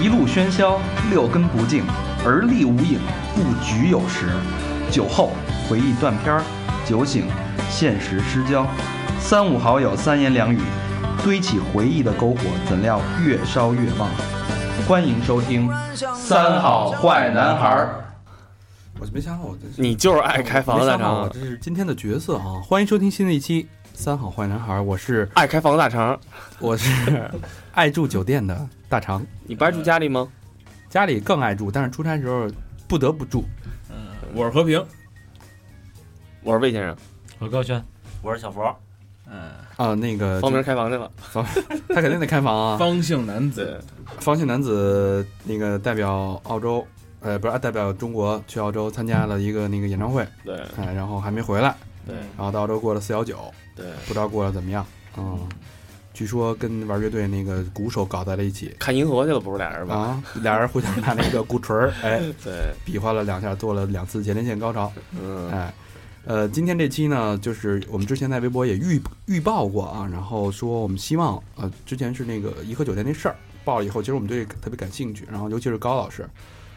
一路喧嚣，六根不净，而立无影，不局有时。酒后回忆断片儿，酒醒现实失焦。三五好友三言两语，堆起回忆的篝火，怎料越烧越旺。欢迎收听《三好坏男孩儿我就没想好，我这是你就是爱开房的大没想好我肠，这是今天的角色啊！欢迎收听新的一期《三好坏男孩》，我是爱开房的大肠。我 是爱住酒店的大肠，你不爱住家里吗？家里更爱住，但是出差时候不得不住。我是和平，我是魏先生，我是高轩，我是小佛，啊，那个方明开房去了。他肯定得开房啊！方姓男子，方姓男子那个代表澳洲，呃，不是代表中国去澳洲参加了一个那个演唱会，对哎，然后还没回来，对然后到澳洲过了四幺九，对，不知道过得怎么样。嗯，据说跟玩乐队那个鼓手搞在了一起看银河去了，不是俩人吗？啊， 俩人互相拿那个鼓槌儿，哎。对，比划了两下，做了两次前列腺高潮。嗯，哎，呃，今天这期呢，就是我们之前在微博也预预报过啊，然后说我们希望，呃，之前是那个颐和酒店那事儿报了以后，其实我们对这个特别感兴趣，然后尤其是高老师，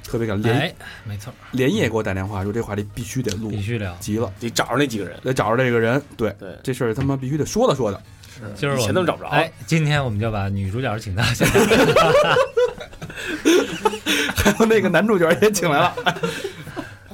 特别感连、哎，没错，连夜给我打电话说这话题必须得录，必须聊。急了，得找着那几个人。得找着这个人，对。对，这事儿他妈必须得说道说道，今儿我嗯以前们都找不着哎，今天我们就把女主角请到现场，还有 那个男主角也请来了，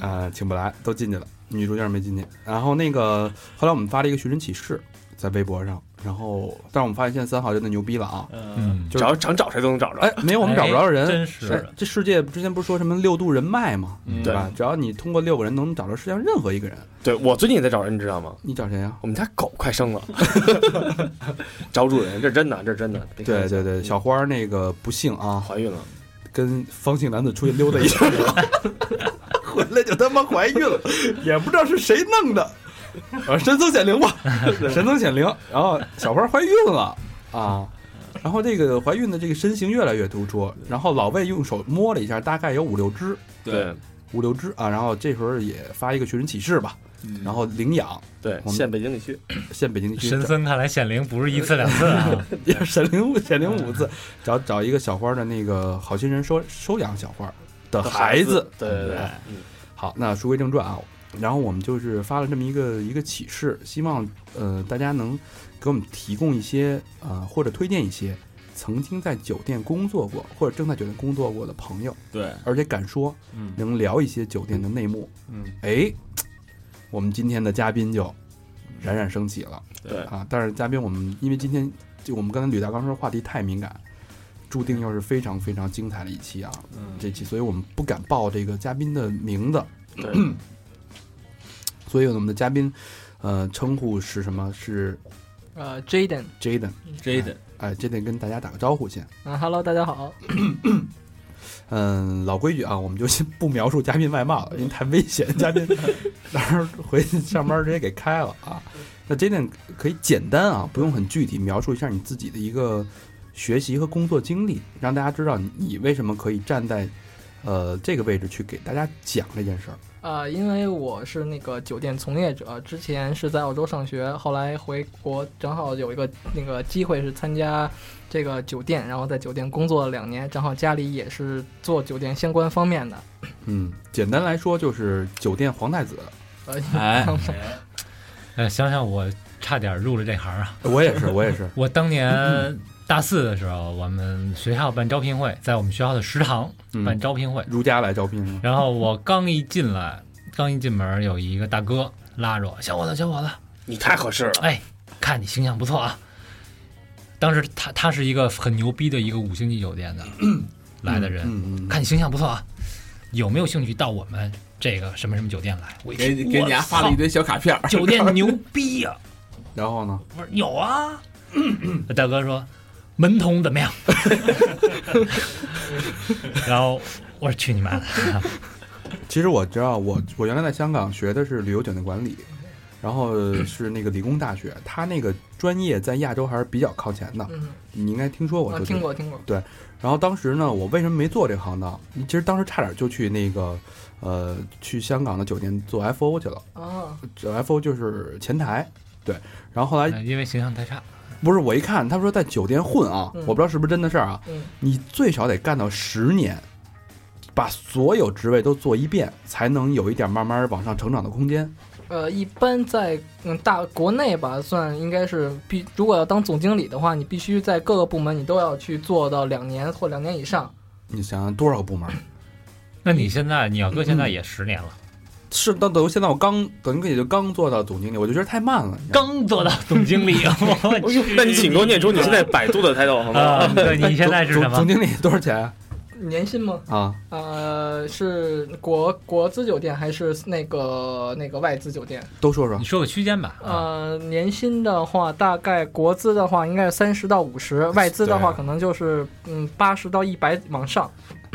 啊、请不来，都进去了，女主角没进去。然后那个后来我们发了一个寻人启事在微博上，然后但是我们发现现在三好真的牛逼了啊！嗯，就是找想找谁都能找着。哎，没有我们找不着人，哎真是的哎这世界之前不是说什么六度人脉吗？嗯对吧？只要你通过六个人能找着世界上任何一个人，对我最近也在找人，你知道吗？你找谁啊？我们家狗 快生了，找主人，这是真的，这是真的。别开对玩对笑嗯对，小花儿那个不幸啊，怀孕了，跟方姓男子出去溜达一下， 回来就他妈怀孕 了，也不知道是谁弄的，啊，神僧显灵吧， 神僧显灵。然后小花怀孕了啊，然后这个怀孕的这个身形越来越突出，然后老魏用手摸了一下，大概有五六只，对五六只啊，然后这时候也发一个寻人启事吧，然后领养对我，们现北京地区，现北京地区神找僧看来显灵不是一次两次啊， 神灵显灵五次，找找一个小花的那个好心人收收养小花的孩子，对对对，好，那书归正传啊，然后我们就是发了这么一个一个启示，希望呃大家能给我们提供一些呃或者推荐一些曾经在酒店工作过或者正在酒店工作过的朋嗯友，对，而且敢说，嗯能聊一些酒店的内幕。嗯，哎，我们今天的嘉宾就冉冉升起了，对啊，但是嘉宾我们因为今天就我们刚才吕大刚说话题太敏感。注定又是非常非常精彩的一期啊！嗯这期，所以我们不敢报这个嘉宾的名字，对所以我们的嘉宾，呃，称呼是什么？是呃，Jaden， Jaden。 Jaden 哎，Jaden 跟大家打个招呼先。嗯，Hello，大家好，嗯，老规矩啊，我们就先不描述嘉宾外貌了，因为太危险，嘉宾到时候回去上班直接给开了啊。那 Jaden 可以简单啊，不用很具体描述一下你自己的一个学习和工作经历，让大家知道你为什么可以站在呃这个位置去给大家讲这件事儿。呃，因为我是那个酒店从业者，之前是在澳洲上学，后来回国，正好有一个那个机会是参加这个酒店，然后在酒店工作了两年，正好家里也是做酒店相关方面的，嗯，简单来说就是酒店皇太子，呃， 哎，哎，想想我差点入了这行啊！我也是，我也是。我当年大四的时候，我们学校办招聘会，在我们学校的食堂嗯办招聘会，如家来招聘是吗？然后我刚一进来，刚一进门，有一个大哥拉着我，小伙子，小伙子，你太合适了。哎，看你形象不错啊。当时他他是一个很牛逼的一个五星级酒店的来的人，嗯嗯看你形象不错啊，有没有兴趣到我们这个什么什么酒店来？我一给听给你我家发了一操堆小卡片儿，酒店牛逼呀、然后呢？我说有啊。大哥说门童怎么样？然后我说去你妈的！其实我知道，我我原来在香港学的是旅游酒店管理，然后是那个理工大学，他那个专业在亚洲还是比较靠前的，嗯，你应该听说过。啊，就听。过听过，然后当时呢，我为什么没做这行呢？其实当时差点就去那个，呃，去香港的酒店做 FO 去了呃啊，这，FO 就是前台，对。然后后来因为形象太差，不是我一看，他说在酒店混啊，嗯我不知道是不是真的事儿啊，嗯你最少得干到十年，把所有职位都做一遍，才能有一点慢慢往上成长的空间。呃，一般在嗯大国内吧，算应该是必，如果要当总经理的话，你必须在各个部门你都要去做到两年或两年以上。你想想多少个部门？嗯那你现在，你要搁现在也十年了，是到等于现在我刚等于也就刚做到总经理，我就觉得太慢了。你知道吗刚做到总经理，我去那你请给我念出你现在百度的 title 好吗？啊，对你现在是总什总么？经理多少钱年薪吗？啊？呃，是国国资酒店还是那个那个外资酒店？都说说你。说个区间吧。啊，呃，年薪的话，大概国资的话应该是三十到五十，外资的话对可能就是嗯八十到一百往上。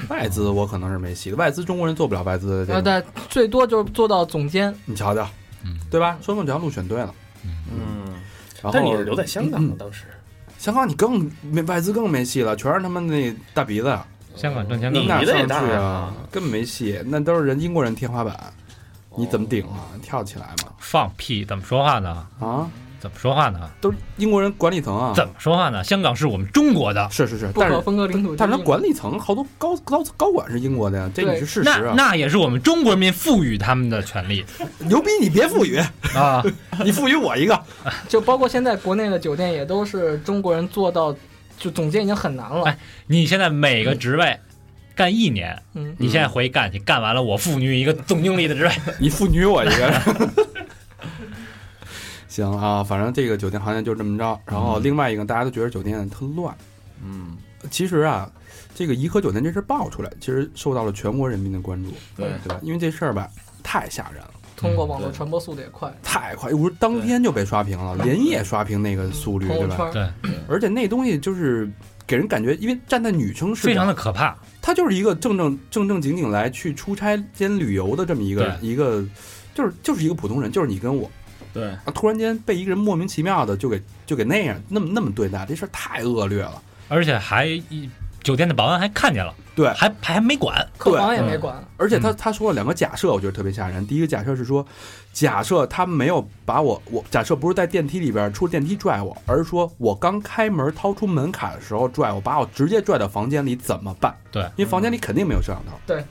外资我可能是没戏，外资中国人做不了外资的呃，这个。但最多就是做到总监。你瞧瞧，嗯对吧？说孟乔路选对了，嗯，然后但你是留在香港的当时，香港，你更没外资更没戏了，全是他妈那大鼻子，啊香港赚钱你更你难哪鼻子也上大去啊啊？根本没戏，那都是人英国人天花板，你怎么顶啊？跳起来嘛？放屁，怎么说话呢？啊，怎么说话呢？都是英国人管理层啊？怎么说话呢？香港是我们中国的，是是是，不但可是分割领土之地嘛。但是他管理层好多高高高管是英国的呀，这你是事实那啊。那也是我们中国人民赋予他们的权 利牛逼，你别赋予，啊。你赋予我一个。就包括现在国内的酒店也都是中国人做到，就总监已经很难了。哎你现在每个职位干一年，嗯，你现在回干去，干完了我赋予一个总经理的职位。你妇女 我一个。 行啊，反正这个酒店行业就这么着。然后另外一个，大家都觉得酒店特乱。嗯，其实啊，这个颐和酒店这事儿爆出来，其实受到了全国人民的关注，对对吧？因为这事儿吧，太吓人了，通过嗯网络传播速度也快，太快，我说当天就被刷屏了，连夜刷屏那个速率，朋对友吧？圈。对，而且那东西就是给人感觉，因为站在女生视非常角，的可怕。她就是一个正正正正经经来去出差兼旅游的这么一个一个，就是就是一个普通人，就是你跟我。对，啊，突然间被一个人莫名其妙的就给就给那样那么那么对待，这事儿太恶劣了。而且还一酒店的保安还看见了，对还还没管，客房也没管，而且他他说了两个假设，我觉得特别吓人。第一个假设是说，假设他没有把我我假设不是在电梯里边出电梯拽我，而是说我刚开门掏出门卡的时候拽我，把我直接拽到房间里怎么办？对，因为房嗯间里肯定没有摄像头。对，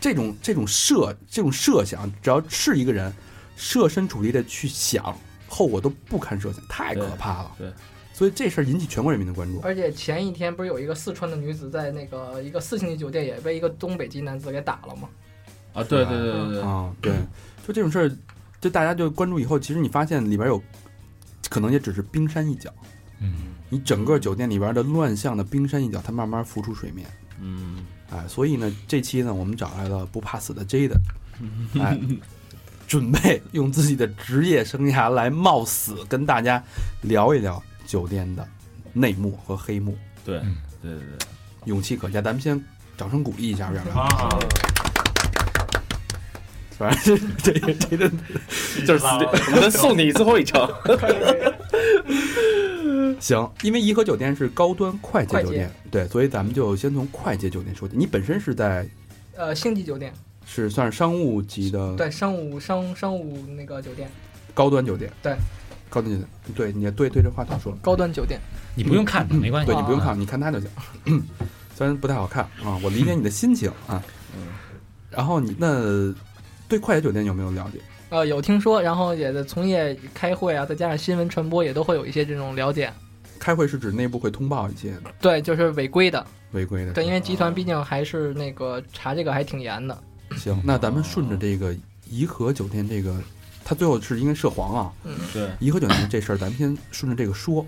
这种这种设这种设想，只要是一个人设身处地的去想，后果都不堪设想，太可怕了。对对所以这事儿引起全国人民的关啊注。而且前一天不是有一个四川的女子在那个一个四星级酒店也被一个东北籍男子给打了吗？嗯啊，对对对呃对对，啊，对，就这种事儿，就大家就关注以后，其实你发现里边有，可能也只是冰山一角。嗯，你整个酒店里边的乱象的冰山一角，它慢慢浮出水面。嗯，哎，所以呢，这期呢，我们找来了不怕死的 Jaden，哎，准备用自己的职业生涯来冒死跟大家聊一聊酒店的内幕和黑幕，对嗯对对对，勇气可嘉。咱们先掌声鼓励一下，要不要？ 反正这这这这 就是死定，我们送你最后一程。行，因为颐和酒店是高端快捷快酒捷店，对，所以咱们就先从快捷酒店说起。你本身是在呃，星级酒店，是算是商务级的对，商务商商务那个酒店，高端酒店，对，高端酒店，对，你对对着话筒说，高端啊酒店。你不用看他，没关系对。你不用看，你看他就行。虽然不太好看啊，我理解你的心情啊。嗯然后你那对快捷酒店有没有了解？呃，有听说，然后也在从业开会啊，再加上新闻传播，也都会有一些这种了解。开会是指内部会通报一些对，就是违规的，违规的事。对，因为集团毕竟还是那个查这个还挺严的。嗯行，那咱们顺着这个颐和酒店这个，它最后是因为涉黄啊，嗯嗯对，颐和酒店这事儿，咱们先顺着这个说。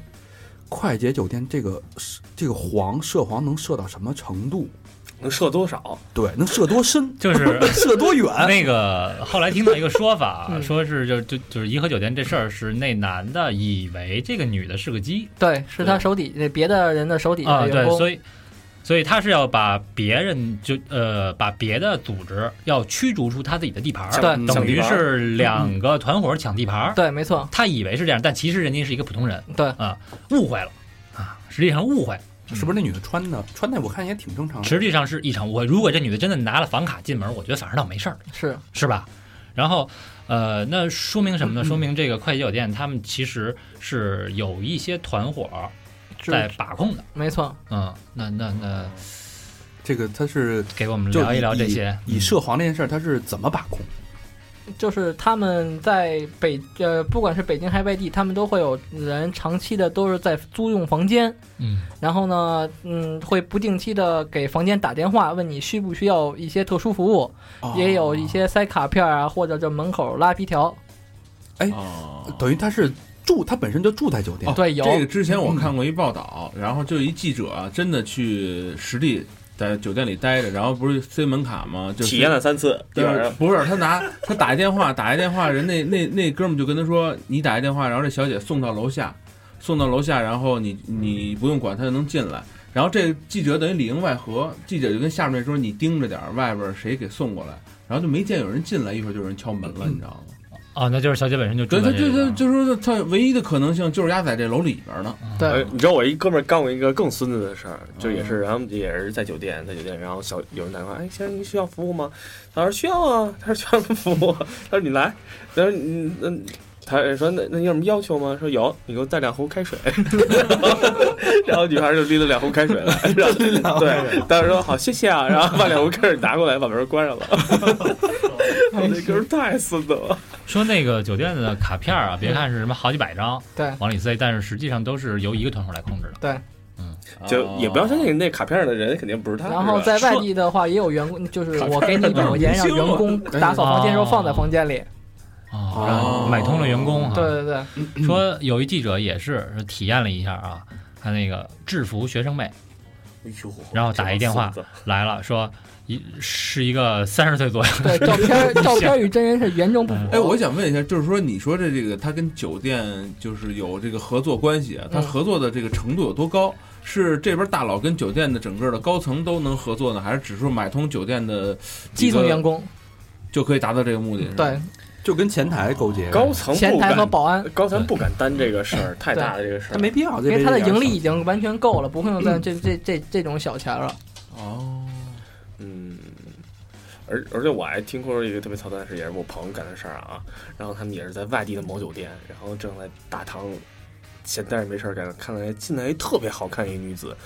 快捷酒店这个是这个黄涉黄能涉到什么程度？ 能射多少？对，能涉多深？就是 涉多远？那个后来听到一个说法啊， 嗯说是就就就是颐和酒店这事儿是那男的以为这个女的是个鸡对，是他手底那别的人的手底啊，下对员，工。所以所以他是要把别人就呃把别的组织要驱逐出他自己的地盘儿，对抢等抢于地盘是两个团伙抢地盘儿。对，没错，他以为是这样，但其实人家是一个普通人对，啊，误会了啊，实际上误会了，是不是那女的穿的穿的？我看也挺嗯正常的。实际上是一场误会。如果这女的真的拿了房卡进门，我觉得反而倒没事儿，是是吧？然后，呃，那说明什么呢？说明这个快捷酒店他们其实是有一些团伙是在把控的。没错，嗯，那那那这个他是给我们就聊一聊以这些。嗯以涉黄这件事儿，他是怎么把控？就是他们在北呃，不管是北京还是外地，他们都会有呃人长期的都是在租用房间，嗯然后呢，嗯，会不定期的给房间打电话，问你需不需要一些特殊服务，哦也有一些塞卡片啊，或者这门口拉皮条，哦等于他是住，他本身就住在酒哦店。对，有，这个之前我看过一报道，然后就一记者啊，真的去实地在酒店里待着，然后不是塞门卡吗？就是体验了三次，基对本上，不是他拿他打一电话，打一电话，人那那那哥们就跟他说，你打一电话，然后这小姐送到楼下，送到楼下，然后你你不用管，她就能进来。然后这记者等于里应外合，记者就跟下面说，你盯着点儿，外边谁给送过来，然后就没见有人进来，一会儿就有人敲门了，你知道吗？哦，那就是小姐本身就住对，他在就这就个。就说他唯一的可能性就是压在这楼里边呢。呃对，你知道我一哥们儿干过一个更孙子的事儿，就也是，然后也是在酒店，在酒店，然后小有人打电话，哎，先生您需要服务吗？他说需要啊，他说需要服务，啊 他说你来，他说嗯嗯。他说：“那那你有什么要求吗？”说有，你给我带两壶开 水。然后女孩就拎了两壶开水 来，然后对，当时说好谢谢啊，然后把两壶开水拿过来，把门关 上了。我那哥们儿太孙子了。说那个酒店的卡片啊，别看是什么好几百张对往里塞，但是实际上都是由一个团伙来控制的。就也哦不要相信那卡片的人肯定不是他。然后是吧在外地的话，也有员工，就是卡片我给你一百块钱，让员 工哎打扫房间的时候放在房间里。啊哦，然后买通了员工哈。啊对对 对，说有一记者也是说体验了一下啊，他那个制服学生妹哎呦然后打一电话这帮孙子来了，说一是一个三十岁左右，对， 照片照片与真人是严重不符。哎，我想问一下，就是说，你说这这个他跟酒店就是有这个合作关系，啊，他嗯合作的这个程度有多高？是这边大佬跟酒店的整个的高层都能合作呢，还是只是买通酒店的基层员工工，就可以达到这个目的？是吧对，就跟前台勾结，高层不前台和敢保安，高层不敢担这个事儿，太大的这个事他儿。没必要，因为他的盈利已经经完全够了，不会用在这这这这种小钱了。哦，嗯，而而且我还听说一个特别操蛋的事，也是我朋友干的事儿啊。然后他们也是在外地的某酒店，然后正在大堂闲待着没事儿干，看来进来一特别好看一女子。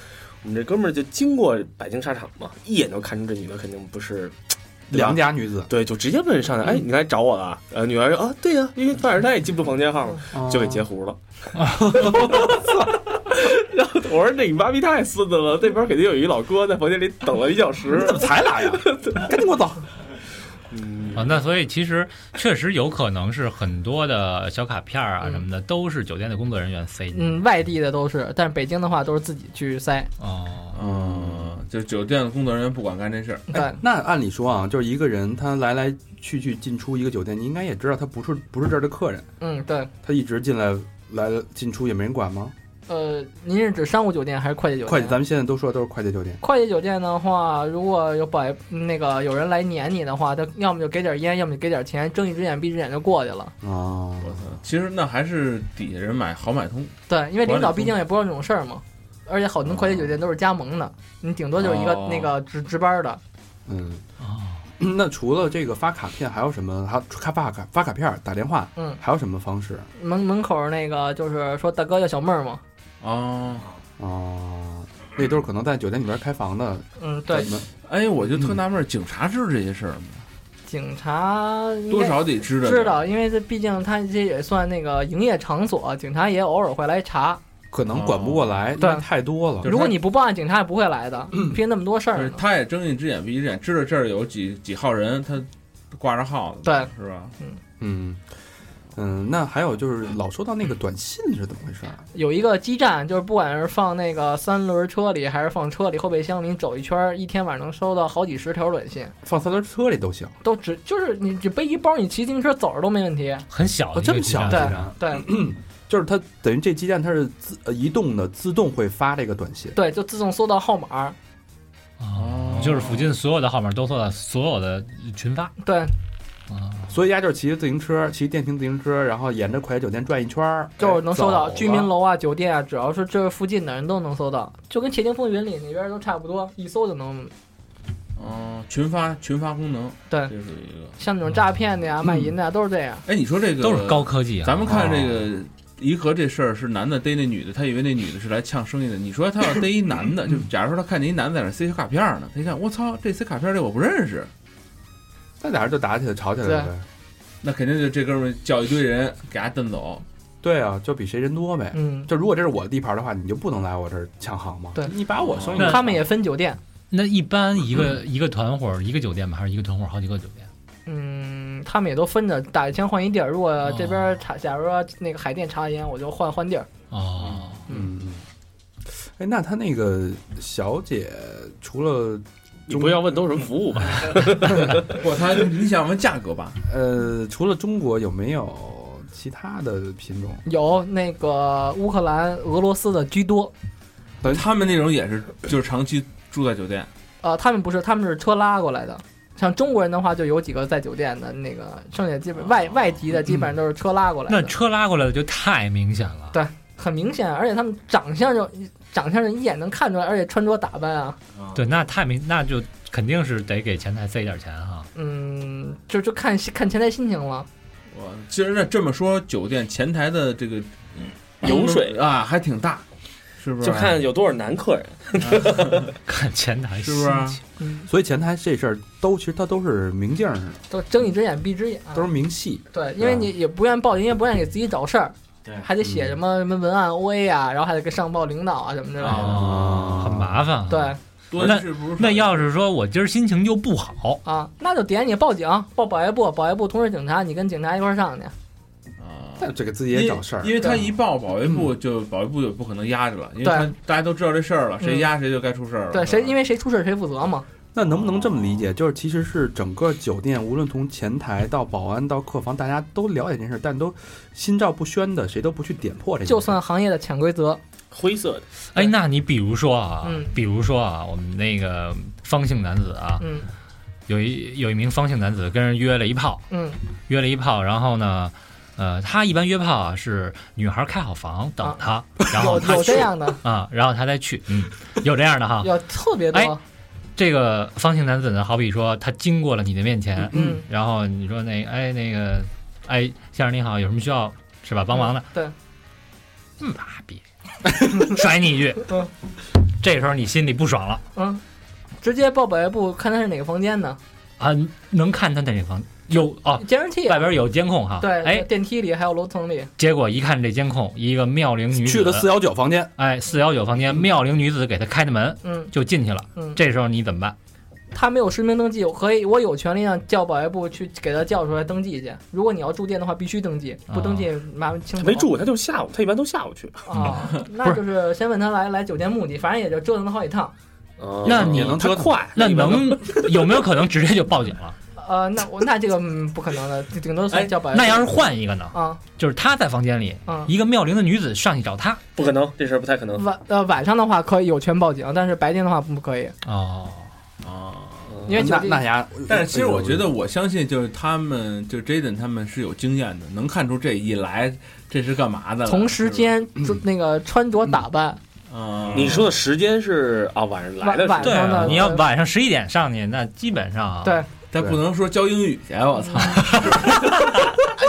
我们这哥们儿就经过百京沙场嘛，一眼就看出这女的肯定不是对吧良家女子，对，就直接问上来，哎，嗯你来找我了啊？呃，女孩说啊，对呀、因为反正她也记不住房间号嘛，哦就给截胡了。 然后我说：“那你妈逼太孙子了，那边肯定有一老哥在房间里等了一小时。怎么才来呀？啊 赶紧给我走！嗯啊，那所以其实确实有可能是很多的小卡片啊嗯什么的，都是酒店的工作人员塞进去嗯，外地的都是，但是北京的话都是自己去塞。哦，嗯，就酒店的工作人员不管干这事儿，对，那按理说啊，就是一个人他来来去去进出一个酒店，你应该也知道他不是不是这儿的客人，嗯对，他一直进来来了进出也没人管吗？呃，您是指商务酒店还是快捷酒店？啊快捷，咱们现在都说的都是快捷酒店，快捷酒店的话，如果有把那个有人来撵你的话，他要么就给点烟，要么就给点钱，睁一只眼闭一只眼就过去了。哦，我操，其实那还是底下人买好买通，对，因为领管理导层毕竟也不知道这种事儿嘛。而且好多快捷酒店都是加盟的，你顶多就是一个哦那个值值班的。嗯，哦那除了这个发卡片，还有什么？还有发发卡发卡片、打电话，嗯还有什么方式？门门口那个就是说大哥要小妹儿嘛。哦，哦，那都是可能在酒店里边开房的。嗯，对怎，么，哎，我就嗯特纳闷儿，警察知道这些事儿吗？警察应该多少得知道点儿知道，因为这毕竟他这也算那个营业场所，警察也偶尔会来查。可能管不过来，因对为太多了就是。如果他嗯你不报案，警察也不会来的，毕竟那么多事就儿是呢。他也睁一只眼闭一只眼，知道这儿有几几号人，他挂着号子，对，是吧？嗯嗯，那还有就是老收到那个短信是怎么回事啊？有一个基站，就是不管是放那个三轮车里，还是放车里后备箱里，你走一圈儿，一天晚上能收到好几十条短信，放三轮车里都行。都只就是你只背一包，你骑自行车走着都没问啊题。很小的哦，一这个么基小站，对这张对嗯就是它等于这基站它是自呃移动的，自动会发这个短信。对，就自动搜到号码。哦就是附近所有的号码都做到所有的群发对，啊，所以丫就是骑着自行车，骑电瓶自行车，然后沿着快捷酒店转一圈儿，就是能收哎到走了居民楼啊、酒店啊，只要是这附近的人都能搜到，就跟《窃听风云》里那边都差不多，一搜就能。哦，群发群发功能，对这是一个。像那种诈骗的嗯呀、卖淫的呀，都是这样。哎，你说这个都是高科技啊。咱们看这个怡和这事儿是男的逮那女的，他以为那女的是来呛生意的。你说他要逮一男 的，就假如说他看见一男的在那儿塞小卡片儿呢，他一看我操，这塞卡片儿这我不认识，那俩人就打起来，吵起来了呗。那肯定就这哥们儿叫一堆人给他蹬走。对啊，就比谁人多呗。嗯，就如果这是我的地盘的话，你就不能来我这儿抢行嘛。对你把我生意那抢了，他们也分酒店。那一般一嗯个一个团伙儿一个酒店吧，还是一个团伙儿好几个酒店？嗯，他们也都分着打一枪换一地儿。如果哦这边查，假如说那个海淀查烟，我就换换地儿。哦，嗯。嗯哎，那他那个小姐除了你不要问都是什么服务吧？不，他 你想问价格吧？呃，除了中国有没有其他的品种？有那个乌克兰、俄罗斯的居多。他们那种也是就是长期住在酒店，呃，他们不是，他们是车拉过来的。像中国人的话，就有几个在酒店的，那个剩下基本外外籍的基本上都是车拉过来的。哦嗯那车拉过来的就太明显了。很明显，而且他们长相就长相就一眼能看出来，而且穿着打扮啊，对，那太明，那就肯定是得给前台塞一点钱哈。 嗯，就就看看前台心情了。我其实那这么说，酒店前台的这个 油水啊还挺大，是不嗯是？就看有多少男客人。看前台是不啊心是情嗯，所以前台这事儿都其实它都是明镜儿似的，都睁一只眼闭一只眼，啊都是明细。啊对，因为你也不愿意报警，也不愿意给自己找事儿，对还得写什么什么文案 O A 啊，然后还得跟上报领导啊什么之哎类的，哦，很麻烦、啊。对多那是不是那要是说我今儿心情就不好，啊，那就点你报警，报保卫部，保卫部通知警察，你跟警察一块儿上去，啊但这个自己也找事儿嗯因，因为他一报保卫部，就保卫部就不可能压着了，因为对嗯他大家都知道这事儿了，谁压谁就该出事儿了。嗯对，谁因为为谁出事儿谁负责嘛，那能不能这么理解？就是其实是整个酒店，无论从前台到保安到客房，大家都了解这件事，但都心照不宣的，谁都不去点破这件事。就算行业的潜规则，灰色的，哎，那你比如说啊，嗯比如说啊，我们那个方姓男子啊，嗯有一有一名方姓男子跟人约了一炮，嗯约了一炮，然后呢，呃，他一般约炮啊是女孩开好房等他， 然后啊有他有去这样的，啊，然后他再去，嗯，有这样的哈。有特别哎多，这个方姓男子呢，好比说他经过了你的面前，嗯，然后你说那哎那个哎先生你好，有什么需要是吧帮忙的？对，嗯，妈逼，甩你一句嗯，这时候你心里不爽了嗯，直接报保卫部，看他是哪个房间的，啊，能看他那个房有哦，监视器。外边有监控哈，对，哎，电梯里还有楼层里，结果一看这监控，一个妙龄女子去了四幺九房间，哎四幺九房间，妙龄女子给他开的门嗯就进去了，嗯，这时候你怎么办？他没有实名登记，我可以，我有权利让叫保卫部去给他叫出来登记去。如果你要住店的话，必须登记，不登记麻烦清他走。没住，他就下午，他一般都下午去。啊， 那就是先问他来来酒店目的，反正也就折腾他好几趟。哦那你也能嗯他折腾快，那能有没有可能直接就报警了？呃，那我那这个嗯不可能的，顶顶多算叫保卫部。哎那要是换一个呢？啊就是他在房间里，啊一个妙龄的女子上去找他不可能，这事儿不太可能。晚呃晚上的话可以有权报警，但是白天的话不可以，哦，啊？因为酒那店那呃家，但是其实我觉得，我相信就是他们，就是 Jaden 他们是有经验的，能看出这一来这是干嘛的了。从时间就那个穿着打扮，啊，你说的时间是啊，晚上来的时晚候，对晚上啊，的你要晚上十一点上去，那基本上啊对但不能说教英语去，嗯我操！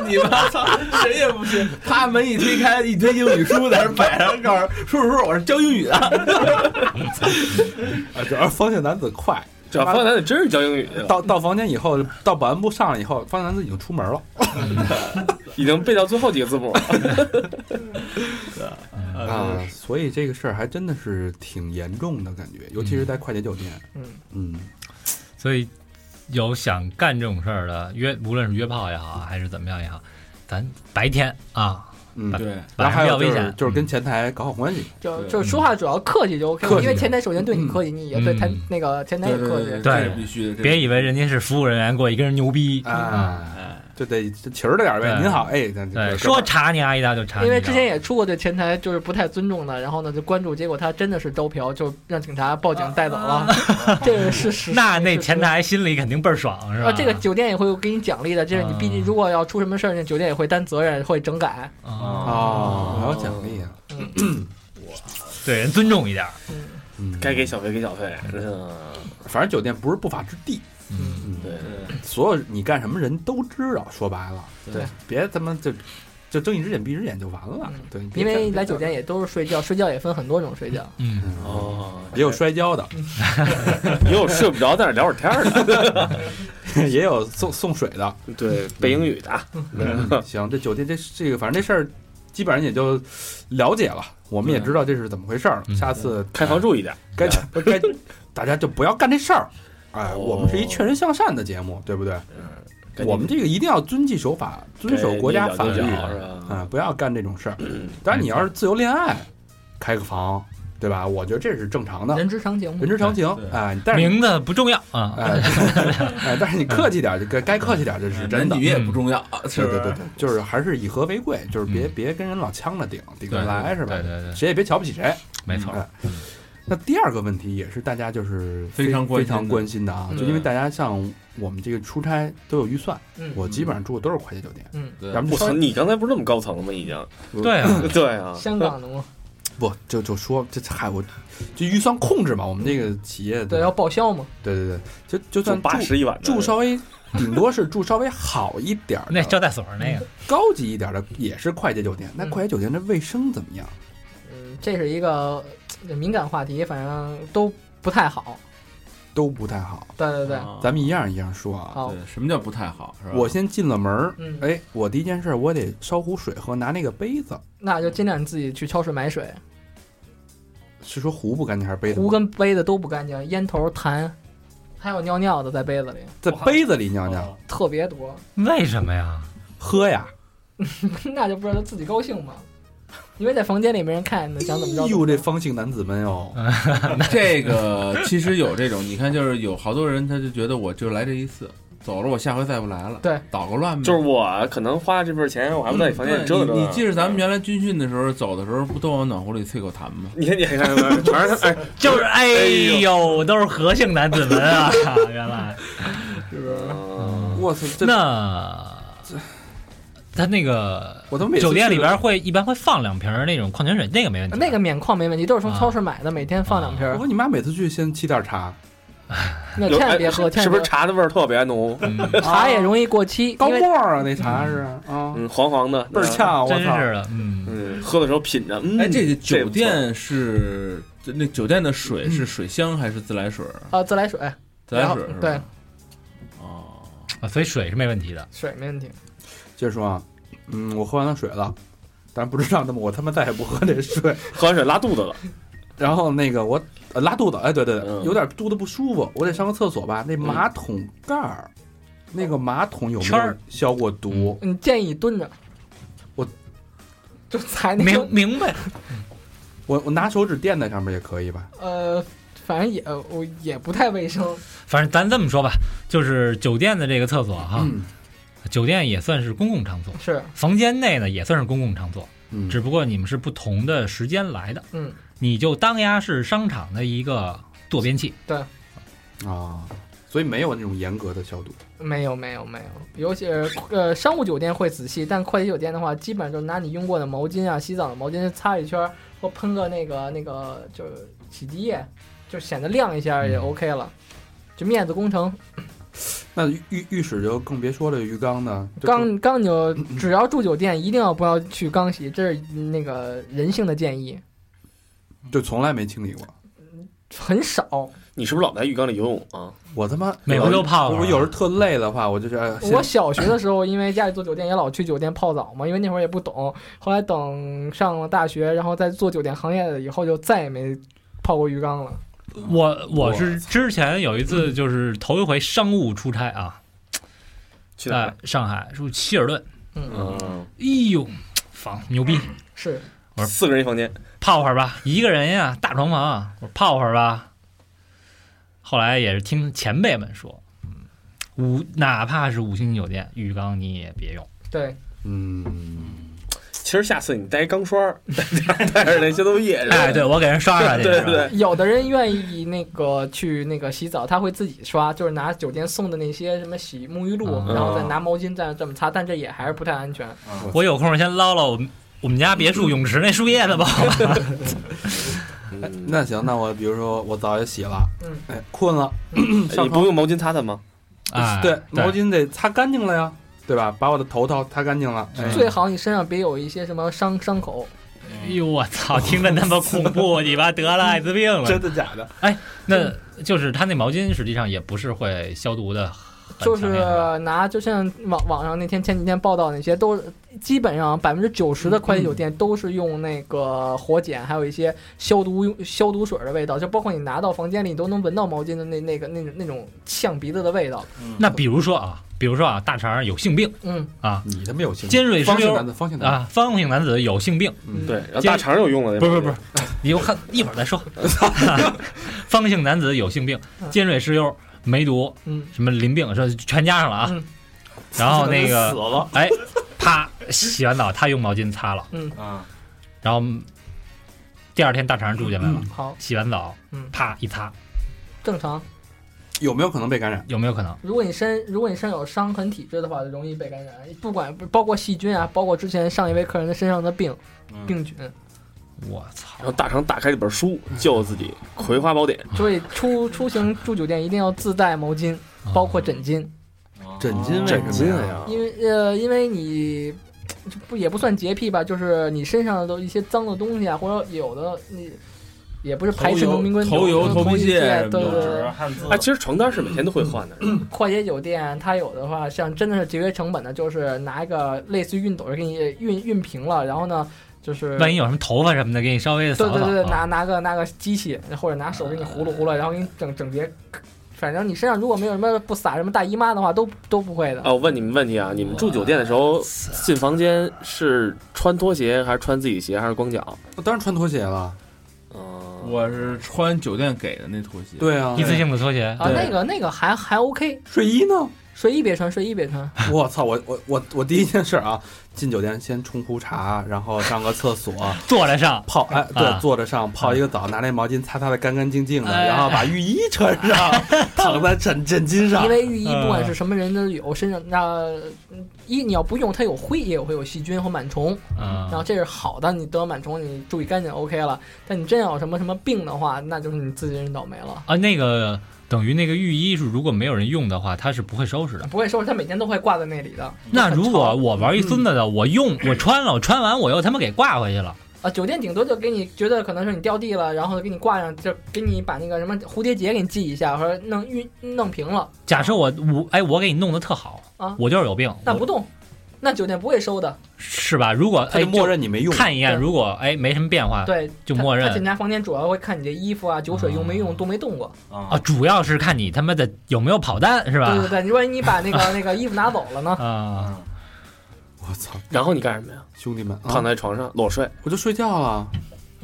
你们操，谁也不信。啪，门一推开，一堆英语书在那儿摆上，告诉叔叔叔，我是教英语的。啊主要是方向男子快，主啊要方向男子真是教英语去啊了，到到房间以后，到保安部上来以后，方向男子已经出门了。已经背到最后几个字母了。啊，所以这个事儿还真的是挺严重的感觉，尤其是在快捷酒店。嗯嗯，所以有想干这种事儿的约，无论是约炮也好，还是怎么样也好，咱白天啊，嗯，对，然晚后还上比较有危就是险，就是跟嗯前台搞好关系，就对就是说话主要客气就 OK，客气因为前台首先对你客气，你也对前嗯那个前台也对对客对，气。这是必须的。这是别以为人家是服务人员过去跟人牛逼啊，哎，就得勤儿着点儿呗。嗯对您好，哎，咱对，说长查你阿姨大就查你一大，因为之前也出过对前台就是不太尊重的，然后呢就关注，结果他真的是招嫖，就让警察报啊警带 走了，这个是实。那那是前台心里肯定倍儿爽，是吧？嗯啊，这个酒店也会给你奖励的，这是你毕竟啊如果要出什么事儿，那酒店也会担责任，会整改。啊，哦，还有奖励啊，嗯，对人尊重一点儿，嗯嗯，该给小费给小费，嗯，反正酒店不是不法之地，嗯，对，所有你干什么人都知道。说白了，对，别他妈就就睁一只眼闭一只眼就完了嗯。对，你别因为干来酒店也都是睡觉，睡觉也分很多种睡觉。嗯，哦，也有摔跤的， 也有睡不着在那聊会儿天儿的，也有送送水的。 对，背英语的，啊 行，这酒店这这个反正这事儿基本上也就了解了，我们也知道这是怎么回事儿了。嗯下次开房注意点，嗯该该大家就不要干这事儿。哎，哦我们是一劝人向善的节目，对不对？赶紧我们这个一定要遵纪守法，遵守国家法律对你啊了，解了嗯不要干这种事儿。当然，你要是自由恋爱，开个房，对吧？我觉得这是正常的，人之常情嘛啊人，之常情对。对哎，但是你名字不重要啊，哎 哎，但是你客气点儿，就该该客气点儿，这是真的嗯男。女也不重要，是对对不是？对对，就是还是以和为贵，就是别、嗯别跟人老呛着顶顶对着来是吧？嗯对对对，谁也别瞧不起谁。没错，哎那第二个问题也是大家就是非常关非心的常关心的啊，嗯就因为大家像我们这个出差都有预算，嗯我基本上住的都是快捷酒店，嗯，对咱们我就操，稍微你刚才不是那么高层了吗？已 经，嗯对啊，对啊，香港的嘛，不就就说这嗨我就预算控制嘛，我们这个企业对对，要报销嘛，对对对，就就就算八住十一晚的住稍微顶多是住稍微好一点儿的那招待所那个，高级一点儿的也是快捷酒店，那嗯快捷酒店的卫生怎么样？嗯，这是一个呃敏感话题，反正都不太好。都不太好，对对对，啊咱们一样一样说啊。好，对什么叫不太好？是吧？我先进了门儿嗯，哎，我第一件事儿我得烧壶水喝，拿那个杯子，那就尽量你自己去超市买水，是说壶不干净还是杯子？壶跟杯子都不干净，烟头、痰，还有尿尿的在杯子里在杯子里尿尿，特别多， 嗯为什么呀？喝呀！那就不知道自己高兴嘛，因为在房间里没人看，你想怎么着哎怎么着？呦，这方姓男子们哟，这个其实有这种，你看，就是有好多人，他就觉得我就来这一次，走了，我下回再不来了。对，捣个乱呗。就是我可能花这份钱，我还不在你房间里折腾折嗯对腾。你你记着咱们原来军训的时候，走的时候不都往暖壶里啐口痰吗？你看，你看，你看全 是他，哎，就是哎呦，都是和姓男子们啊， 原来 嗯我操，这那他那个我他妈每次酒店去里边会一般会放两瓶儿那种矿泉水，那个没问题吧，那个免矿没问题，都是从超市买的，每天放两瓶啊我儿，跟你妈每次去先沏点茶，那有千万哎别喝，千是不是万别喝，茶的味儿特别浓？嗯茶也容易过期，啊高因为沫儿啊，那茶是啊，嗯，黄黄 的，倍儿。呛，啊我真操！是的，嗯，嗯，喝的时候品着，嗯，哎，这个酒不错店是这那酒店的嗯水是水箱还是自来水？啊自来水，自然来后水是吧？对哦，啊所以水是没问题的，水没问题，接着说啊，嗯，我喝完了水了，但是不知道那么我他妈再也不喝这水，喝完水拉肚子了，然后那个我呃拉肚子，哎，对对对，嗯有点肚子不舒服，我得上个厕所吧。那马桶盖儿，那个马桶有没圈有儿消过毒？你建议蹲着，我就踩那明个明白，我我拿手指垫在上面也可以吧？呃，反正也呃我也不太卫生，反正咱这么说吧，就是酒店的这个厕所哈，嗯酒店也算是公共场所，是房间内呢也算是公共场所，嗯，只不过你们是不同的时间来的，嗯，你就当呀是商场的一个坐便器，啊，所以没有那种严格的消毒。没有没有没有，尤其是呃商务酒店会仔细，但快捷酒店的话，基本上就是拿你用过的毛巾啊、洗澡的毛巾擦一圈儿，或喷个那个那个就是洗涤液，就显得亮一下也嗯 OK 了，就面子工程。那浴浴室就更别说了，浴缸呢？就刚刚你就只要住酒店，一定要不要去刚洗，这是那个人性的建议，就从来没清理过。很少。你是不是老在浴缸里游泳啊？我他妈每回都泡啊我了我有时候特累的话，我就是哎先我小学的时候，因为家里做酒店，也老去酒店泡澡嘛，因为那会儿也不懂。后来等上了大学，然后再做酒店行业了以后，就再也没泡过浴缸了。我我是之前有一嗯次就是头一回商务出差啊，去哪哎在儿？上海住希尔顿，嗯，嗯，哎呦，房牛逼，是嗯四个人一房间，泡会儿吧，一个人呀，大床房，啊我泡会儿吧。后来也是听前辈们说，嗯五哪怕是五星级酒店，浴缸你也别用。对，嗯，其实下次你带一钢刷儿， 带着那些东西也是。哎，对我给人刷刷去，对是吧对，有的人愿意那个去那个洗澡，他会自己刷，就是拿酒店送的那些什么洗沐浴露，嗯然后再拿毛巾这样这么擦，但这也还是不太安全。我有空先捞捞我们我们家别墅泳池那树叶子吧。哎嗯那行，那我比如说我澡也洗了，嗯，哎，困了，上你不床用毛巾擦擦吗？哎，啊对，毛巾得擦干净了呀，对吧？把我的头套擦干净了，哎最好你身上别有一些什么伤伤口。哎呦我操，听着那么恐怖，你妈得了艾滋病了真。的假的？那就是它那毛巾实际上也不是会消毒的，就是拿，就像网网上那天前几天报道那些，都基本上百分之九十的快捷酒店都是用那个火碱，还有一些消毒用消毒水的味道，就包括你拿到房间里，你都能闻到毛巾的那那个那那种呛鼻子的味道。那比如说啊，比如说啊，大肠有性病嗯，啊，你他妈有心！尖锐湿方向疣男子，方向男啊，方姓男子有性病，嗯对，然后接大肠有用了，不是不是，你我看一会儿再说。 方姓男子有性病，尖锐湿疣、梅毒、嗯什么淋病，这全加上了啊嗯。然 后那死个，了哎，啪，洗完澡他用毛巾擦了，嗯啊，然后嗯第二天大肠住进来了，好，洗完澡嗯，啪一擦，正常。有没有可能被感染？有没有可能？如果你身如果你身上有伤痕体质的话，容易被感染，不管包括细菌啊，包括之前上一位客人的身上的病嗯病菌。我操然后！大肠打开这本书，救自己《葵花宝典》。所以出出行住酒店一定要自带毛巾，哦包括枕巾。枕巾为什么枕巾呀？呀，因为呃，因为你就不也不算洁癖吧，就是你身上的都一些脏的东西啊，或者有的你也不是排斥农民工头油、有头头皮屑、屑，对油对脂、对。汗渍哎，其实床单是每天都会换的，是吧快捷酒店它有的话，像真的是节约成本的，就是拿一个类似于熨斗给你熨熨平了，然后呢，就是万一有什么头发什么的，给你稍微对扫对扫。对，对啊拿拿个拿个机器或者拿手给你糊噜糊噜，然后给你整整洁。反正你身上如果没有什么不撒什么大姨妈的话，都都不会的。哦啊，我问你们问题啊，你们住酒店的时候进房间是穿拖鞋还是穿自己鞋还是光脚？我哦当然穿拖鞋了。嗯，我是穿酒店给的那拖鞋，，对啊一，次性的拖鞋，啊，对那个那个还还 OK，睡衣呢？睡衣别穿，睡衣别 穿。我操！我我我我第一件事啊，进酒店先冲壶茶，然后上个厕 所，坐着上，泡哎啊对，坐着上泡一个澡，拿那毛巾擦擦的干干净净的，哎然后把浴衣穿 上，躺在枕枕巾上因。为浴衣嗯不管是什么人都有，身上那嗯一你要不用它有灰，也会有细菌和螨虫，嗯然，后这是好的，你得螨虫你注意干净 OK 了。但你真要有什么什么病的话，那就是你自己人倒霉了。啊，那个等于那个浴衣是如果没有人用的话，它是不会收拾的。不会收拾，它每天都会挂在那里的。那很啊嗯如果潮我玩一孙子的，我用我穿了，我穿完我又他妈给挂回去了，啊，酒店顶多就给你觉得可能是你掉地了，然后给你挂上，就给你把那个什么蝴蝶结给你系一下，或者弄熨弄平了假设我我哎我给你弄得特好啊我就是有病，那我不动，那酒店不会收的。是吧？如果他哎就默就认你没用，看一眼，对如果哎没什么变化，对，就他默认哦他检查房间主要会看你这衣服啊、酒水用没用、动没动过。啊，主要是看你他妈的有没有跑单是吧对？对对，你万一你把 那个那个衣服拿走了呢？啊，我操，然后你干什么呀？兄弟们，啊躺在床上裸睡，我就睡觉了，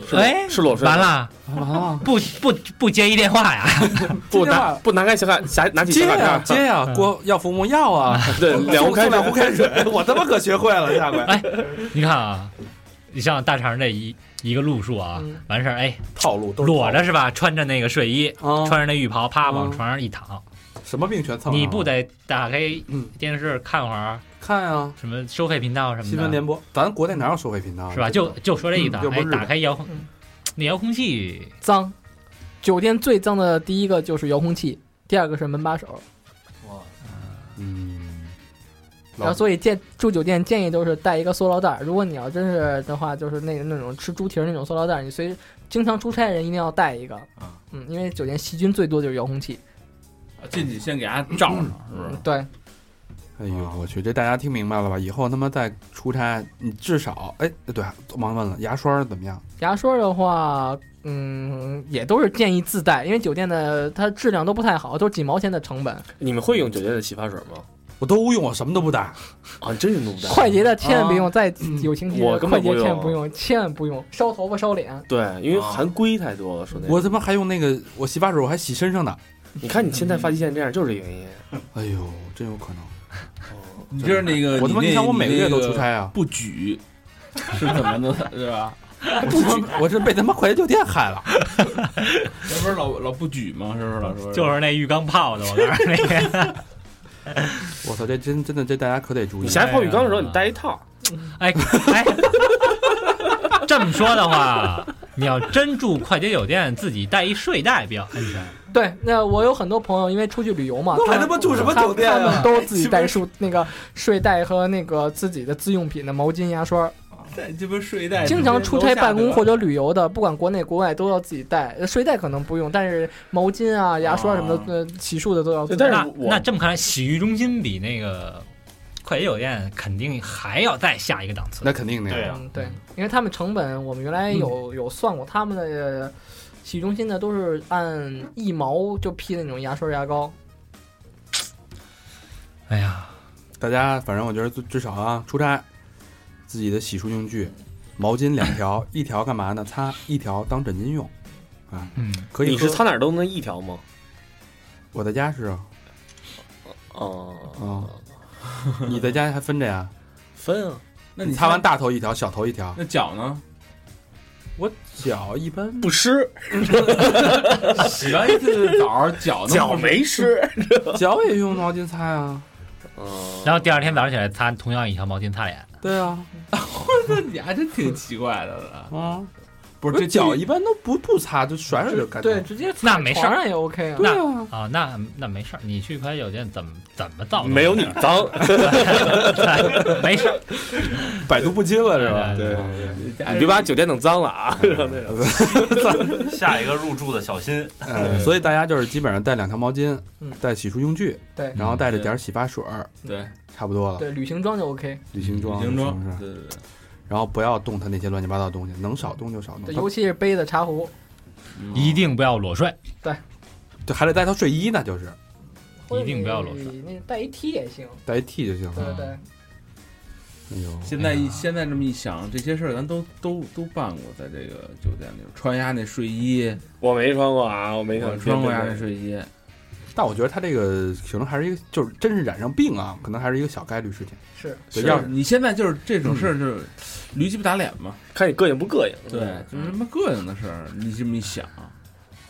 是裸哎，是裸睡吗。完了，啊完了，不不不接一电话呀， 不接拿着不拿开小卡，拿拿起小接卡片呀儿，接呀嗯，锅要服务要啊， 对， 两壶送开两壶水，开水， 我他妈可学会了，下回你看啊，你像大肠这一一个路数啊嗯，完事儿哎套路都是裸套着是吧？穿着那个睡衣，路啊，穿着那浴袍，啪往嗯床上一躺，什么病全蹭上啊了，你不得打开嗯电视看会儿看啊？什么收费频道什么的，新闻联播，咱国内哪有收费频道啊？是吧？就就说这一档，嗯又不哎是，日本打开遥控嗯，那遥控器脏，酒店最脏的第一个就是遥控器，第二个是门把手。嗯，然后所以建住酒店建议都是带一个塑料袋儿，如果你要真是的话，就是那个那种吃猪蹄儿那种塑料袋儿，你随经常出差的人一定要带一个。啊嗯，因为酒店细菌最多就是遥控器。进去先给它罩上，是不是嗯？，对，哎呦，我去！这大家听明白了吧？以后他妈再出差，你至少哎，对，忘问了，牙刷怎么样？牙刷的话，嗯，也都是建议自带，因为酒店的它质量都不太好，都是几毛钱的成本。你们会用酒店的洗发水吗？我都用，我什么都不带。啊，你真是弄不到。快捷的千万别用，再有情节我的根快本捷不千万用不用，千万不用，烧头发烧脸。对，因为啊含硅太多了，说那个。我他妈还用那个，我洗发水我还洗身上呢。你看你现在发际线这样，就是这原因。哎呦，真有可能。你就是那个，我他妈，呃你你那想我每个月都出，你差啊那，不举是怎么的， 是吧？哎不举，我这被他妈快捷酒店害了。那不是老老不举吗？是不是老嗯师？就是那浴缸泡的，我告诉你， 我操，这真真的这大家可得注意你。下一泡浴缸的时候，你带一套。哎哎，这么说的话，你要真住快捷酒店，自己带一睡袋比较安全。对，那我有很多朋友因为出去旅游嘛，那我他还他妈住什么酒店他啊们？都自己带睡那个睡袋和那个自己的自用品的毛巾、牙刷，在这边睡袋，经常出差办公或者者旅游的，不管国内国外都要自己带。呃睡袋可能不用，但是毛巾啊、牙刷什么的，呃，洗漱的都要自己带。但是那我那这么看来，洗浴中心比那个快捷酒店肯定还要再下一个档次。那肯定的呀。对啊嗯，对，因为他们成本，我们原来嗯有有算过，他们的洗浴中心呢都是按一毛就批那种牙刷、牙膏。哎呀，大家反正我觉得至至少啊，出差自己的洗漱用具，毛巾两条，一条干嘛呢？擦，一条当枕巾用，嗯，可以你喝。是擦哪儿都能一条吗？我在家是啊，哦，嗯，你在家还分着呀？分啊，那你擦完大头一条，小头一条，那脚呢？我脚一般不湿，洗完一次澡，脚能脚没湿。脚也用毛巾擦呀。嗯，然后第二天早上起来擦同样一条毛巾擦脸，对啊， 你还真挺奇怪的了。啊，不不是是这脚一般都不不擦，就甩甩就干净。对，直接那没事床儿上也 OK 啊。对啊，啊，那那没事儿，你去快捷酒店怎么怎么造都没有你 脏，事，没事儿，百毒不侵了是吧？对对你别把酒店弄脏了啊！下一个入住的小心，嗯，所以大家就是基本上带两条毛巾嗯，带洗漱用具，对然后带着点儿洗发水儿，对，差不多了。对，旅行装就 OK，旅行装，旅行哦是不装，是？对对对，然后不要动它那些乱七八糟的东西，能少动就少动。嗯对它尤其是杯子、茶壶，一定不要裸睡，对，还得带套睡衣呢，就是或者一定不要裸你睡那带一 T 也行。带一 T 就行对了。对，哎呦，现在一现在这么一想，这些事儿咱都都都办过，在这个酒店里穿鸭那睡衣，我没穿过啊，我没我穿穿过呀鸭那。睡衣，但我觉得他这个可能还是一个，就是真是染上病啊，可能还是一个小概率事情。是对是要是你现在就是这种事嗯儿，就是驴鸡巴打脸嘛。看你膈应不膈应？对，就是什么膈应的事儿，你这么一想，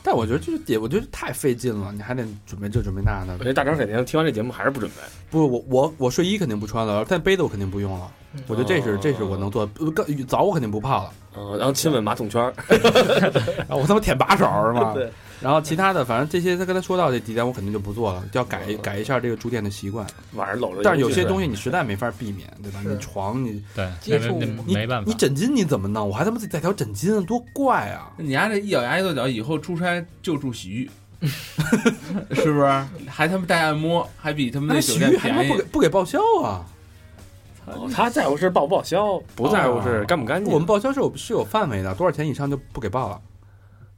但我觉得就是也，我觉得太费劲了，你还得准备这准备那我觉的。得大张肯定听完这节目还是不准备。不，我我我睡衣肯定不穿了，但杯子我肯定不用了嗯。我觉得这是这是我能做，呃更澡我肯定不泡了。嗯，然后亲吻马桶圈儿， 啊我他妈舔把手是吗？对。然后其他的，反正这些他刚才说到这几点，我肯定就不做 了，就要改改一下这个住店的习惯。晚上搂着。但是有些东西你实在没法避免，对吧？是你床你对，接触那嘛没你没办法你，枕巾你怎么弄？我还他妈自己带条枕巾，多怪啊！那你丫这一咬牙一跺脚，以后出差就住 洗浴，是不是？还他妈带按摩，还比他们那那酒洗店浴还他妈便不给宜。不给报销啊？哦，他在乎是报不报销，不在乎是干不干净。哦我们报销是有是有范围的，多少钱以上就不给报了。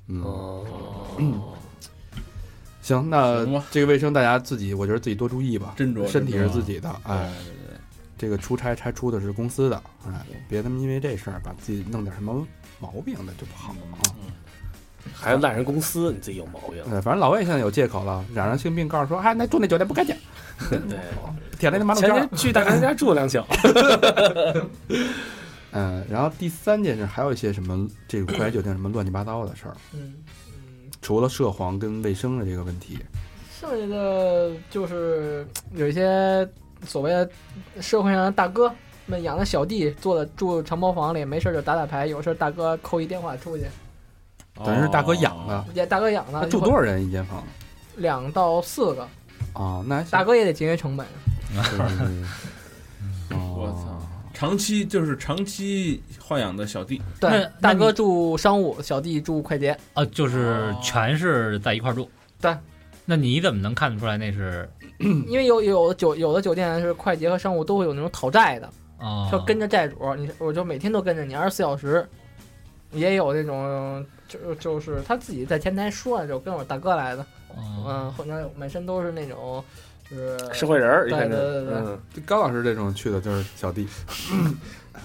嗯，哦，行，那行吧这个卫生大家自己，我觉得自己多注意吧。斟酌身体斟酌啊是自己的，哎，对对对这个出差差出的是公司的，哎，别他妈因为这事儿把自己弄点什么毛病那就不好了啊。还赖人公司，你自己有毛病。嗯呃，反正老魏现在有借口了，染上性病，告诉说，哎，那住那酒店不干净，对，舔了那马桶前圈儿天。去大张家住了两宿。嗯，然后第三件事还有一些什么这个快捷酒店什么乱七八糟的事儿，嗯嗯，除了涉黄跟卫生的这个问题，剩下的就是有一些所谓的社会上的大哥们养的小弟，坐的住长包房里，没事儿就打打牌，有事儿大哥扣一电话出去，等于是大哥养哦的，也大哥养的他住多少人一间房两到四个，啊？那还行大，哥也得节约成本。对对对对哦 我操！长期就是长期豢养的小弟，那对，那大哥你住商务，小弟住快捷。啊，就是全是在一块儿住。哦对，那你怎么能看得出来那是嗯因为有有的酒有的酒店是快捷和商务都会有那种讨债的，啊？要跟着债主，你我就每天都跟着你，二十四小时。也有那种就就是他自己在前台说，就跟我大哥来的，哦，嗯，后面满身都是那种，就是哦社会人儿，对一看嗯对对对这，这高老师这种去的就是小弟，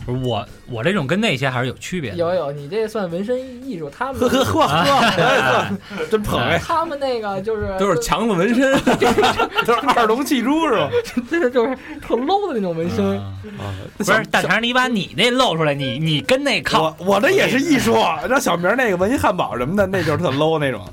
不是我我这种跟那些还是有区别的。有有，你这算纹身艺术，他们呵 呵，真捧哎，他们那个就是都是强子纹身，都是二龙戏珠是吧？ 就是就是特 low 的那 种纹身，啊啊，不是大肠，你把你那露出来，你你跟那靠，我我这也是艺术，让小明那个文艺汉堡什么的，那就是特 low 那种，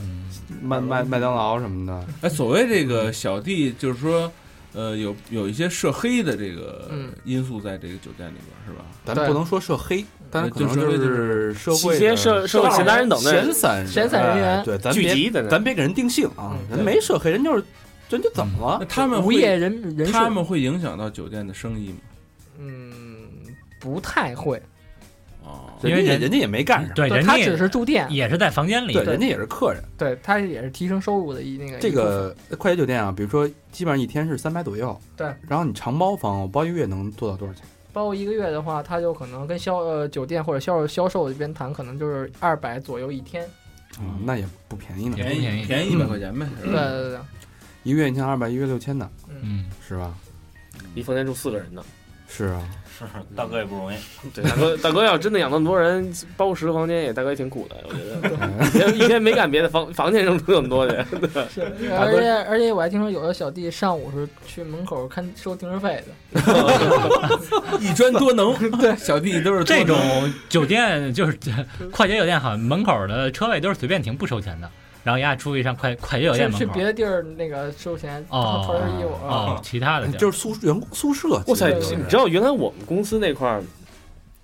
嗯麦麦麦当劳什么的，哎，所谓这个小弟，就是说，呃，有有一些涉黑的这个嗯因素在这个酒店里边，是吧？咱们对不能说涉黑，但是可就能是说是社会一些的社社会闲杂人等的闲散闲散人员哎对，咱聚别集在那咱别给人定性啊，嗯人没涉黑，人就是人就怎么了那？他们呃无业会人人士，他们会影响到酒店的生意吗？嗯，不太会，哦，因为人家也人人家也没干什么，对，人他家只是住店，也是在房间里，对，人家也是客人。对他也是提升收入的一那个这一部分个快捷酒店啊，比如说基本上一天是三百左右，对，然后你长包房，我包一个月能做到多少钱？包括一个月的话，他就可能跟销呃酒店或者销售销售这边谈，可能就是二百左右一天。啊，那也不便宜呢，也便不便宜宜便宜一百块钱呗，是对吧？对对，一个月一千二百，一个月六千的，嗯，是吧？一房间住四个人呢。是啊，是大哥也不容易，对，大哥，大哥要真的养那么多人，包括十个房间也，大哥也挺苦的，我觉得。一天一天没干别的，房房间扔出那么多去，是。而且而且我还听说有的小弟上午是去门口看收停车费的。一专多 能，对，小弟都是多这能种酒店就是快捷酒店，好像门口的车位都是随便停，不收钱的。然后人家出去上快快捷酒店门去去口别的地儿那个收钱，哦掏身衣服啊。哦，其他的地儿哎就是宿舍员工宿舍，我操！其实你知道原来我们公司那块儿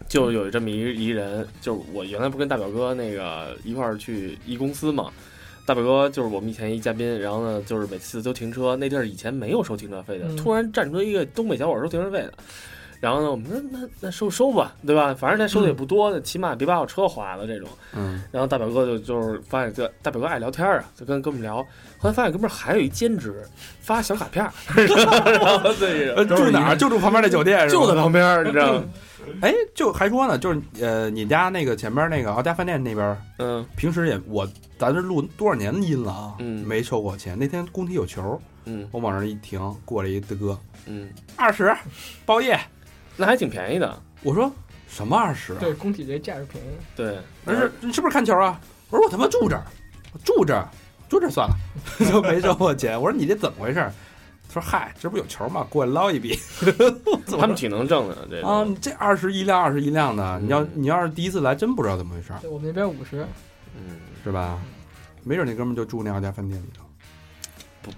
就有这么一一人，就是我原来不跟大表哥那个一块儿去一公司嘛。大表哥就是我们以前一嘉宾，然后呢，就是每次都停车，那地儿以前没有收停车费的，嗯突然站出一个东北小伙收停车费的，然后呢，我们说那那收收吧，对吧？反正他收的也不多，起码别把我车划了这种。嗯，然后大表哥就就是发现这大表哥爱聊天儿啊，就跟哥们聊，后来发现哥们儿还有一兼职，发小卡片儿， 然后对，呃，住哪儿？就住旁边那酒店，就在旁边 儿，你知道吗？哎，就还说呢，就是呃，你家那个前边那个奥家饭店那边，嗯平时也我咱这录多少年的音了啊，嗯没收过钱。那天工体有球，嗯我往那儿一停，过来一大哥，嗯，二十包夜。那还挺便宜的，我说什么二十啊？对，工体这价是便宜。对，我说你是不是看球啊？我说我他妈住这儿，我住这儿，住这儿算了， 就没收我钱。我说你这怎么回事？他说嗨，这不有球吗？过来捞一笔。 他们挺能挣的，这啊，个你这二十一辆二十一辆的，你要嗯你要是第一次来，真不知道怎么回事儿，对我们那边五十，嗯，是吧？没准那哥们儿就住那奥家饭店里头。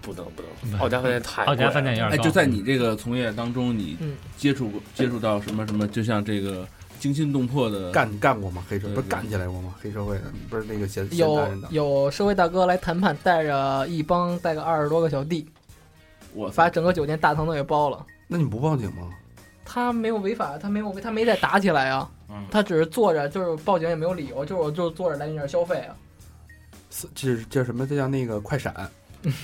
不不能不不能，奥家饭店太嗯奥家贵饭店有点哎，高就在你这个从业当中，你嗯接触过接触到什么什么，就像这个惊心动魄的干干过吗？黑社对不是对干起来过吗？黑社会的不是那个闲闲杂有人的，有社会大哥来谈判，带着一帮带个二十多个小弟，我操把整个酒店大堂都给包了。那你不报警吗？他没有违法，他没有违，他没在打起来啊，嗯他只是坐着，就是报警也没有理由，就是我就是坐着来你这儿消费啊。是这是这什么？这叫那个快闪，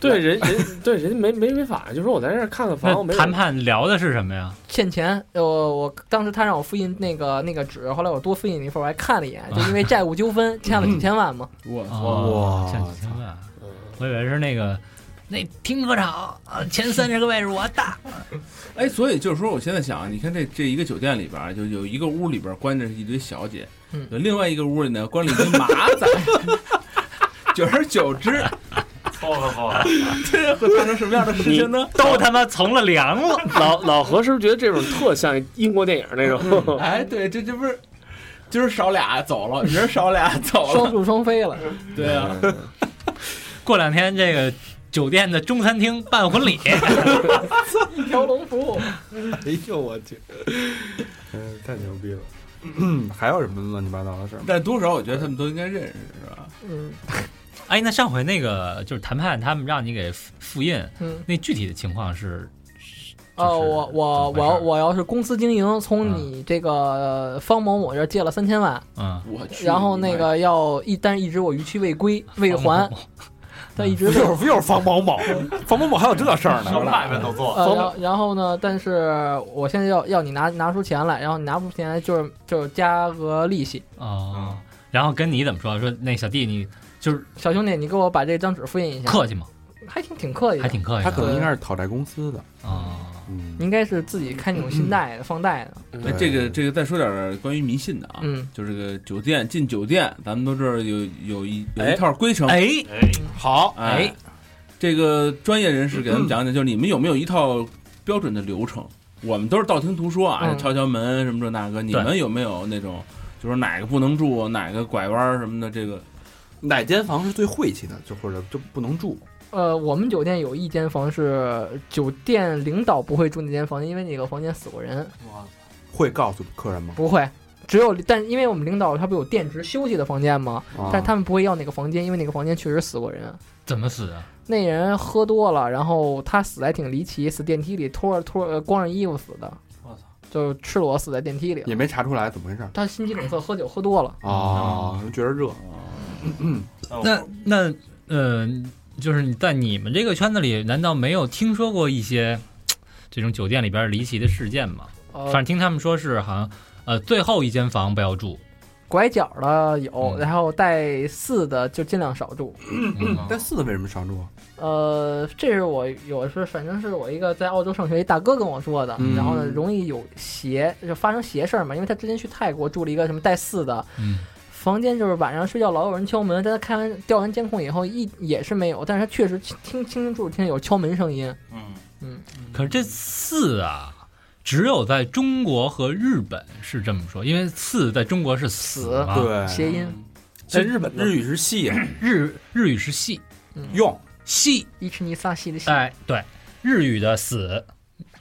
对人人对人家没没违法，就说我在这儿看看房，我没那有谈判聊的是什么呀？欠钱，呃，我当时他让我复印那个那个纸，后来我多复印了一份，我还看了一眼，就因为债务纠纷欠了几千万嘛。我操哦哇像几千万，嗯我以为是那个那停车场啊前三十个位是我的。哎，所以就是说，我现在想啊，你看这这一个酒店里边儿，就有一个屋里边儿关着一堆小姐，嗯有另外一个屋里呢关了一堆麻 子，九十九只， 凑合凑合。这啊会发生什么样的事情呢？都他妈从了凉了。 老老何是不是觉得这种特像英国电影那种？哎，对，这这不是今儿少俩走了，明儿少俩走双了，宿双飞了，对啊，过两天这个酒店的中餐厅办婚礼， 一 条龙服务。哎呦我去，嗯，太牛逼了。嗯，还有什么乱七八糟的事儿吗？但多少我觉得他们都应该认识，是吧？嗯哎，那上回那个就是谈判，他们让你给复复印，嗯，那具体的情况是？哦，就是我我怎么我回事要我要是公司经营，嗯从你这个呃方某某这儿借了三千万，嗯，我去，然后那个要一，但是一直我逾期未归未还，他一直又被是又是房某 某，房某某还有这事儿 什呢么外面都做，呃，方然后然后呢？但是我现在要要你拿拿出钱来，然后你拿不出钱来，就是就是加个利息。哦，然后跟你怎么说？说那小弟你就是小兄弟，你给我把这张纸复印一下，客气嘛，还挺挺客气还的。挺客气他的。可能应该是讨债公司的，哦，嗯，应该是自己开那种信贷的、放贷的。哎，这个这个再说点儿关于迷信的啊，嗯，就是这个酒店进酒店，咱们都知道有有一有哎一套规程，哎，哎，好，嗯哎，这个专业人士给咱们讲讲，就是你们有没有一套标准的流程？我们都是道听途说啊，嗯敲敲门什么这那个，你们有没有那种，就是哪个不能住，哪个拐弯儿什么的？这个哪间房是最晦气的，就或者就不能住，呃，我们酒店有一间房是酒店领导不会住那间房间，因为那个房间死过人，会告诉客人吗？不会。只有，但因为我们领导他不有电职休息的房间吗？啊但他们不会要那个房间，因为那个房间确实死过人。怎么死啊？那人喝多了，然后他死的还挺离奇，死电梯里脱着脱着光着衣服死的。我操！就赤裸死在电梯里了。也没查出来怎么回事儿他心肌梗塞，喝酒喝多了。啊，觉得热那那呃，就是你在你们这个圈子里，难道没有听说过一些这种酒店里边儿离奇的事件吗？呃反，正听他们说是好像呃最后一间房不要住，拐角的有，嗯然后带四的就尽量少住。但四的为什么常住啊？呃，这是我有是反正是我一个在澳洲上学一大哥跟我说的。嗯然后呢，容易有邪就发生邪事儿嘛，因为他之前去泰国住了一个什么带四的。嗯房间就是晚上睡觉老有人敲门，但他看完调完监控以后一也是没有，但是他确实听清清楚楚听见有敲门声音，嗯，可是这四啊，只有在中国和日本是这么说，因为四在中国是死嘛，谐音在日本呢日语是细日日语是系用系，伊吃尼萨西的西。哎，对，日语的死，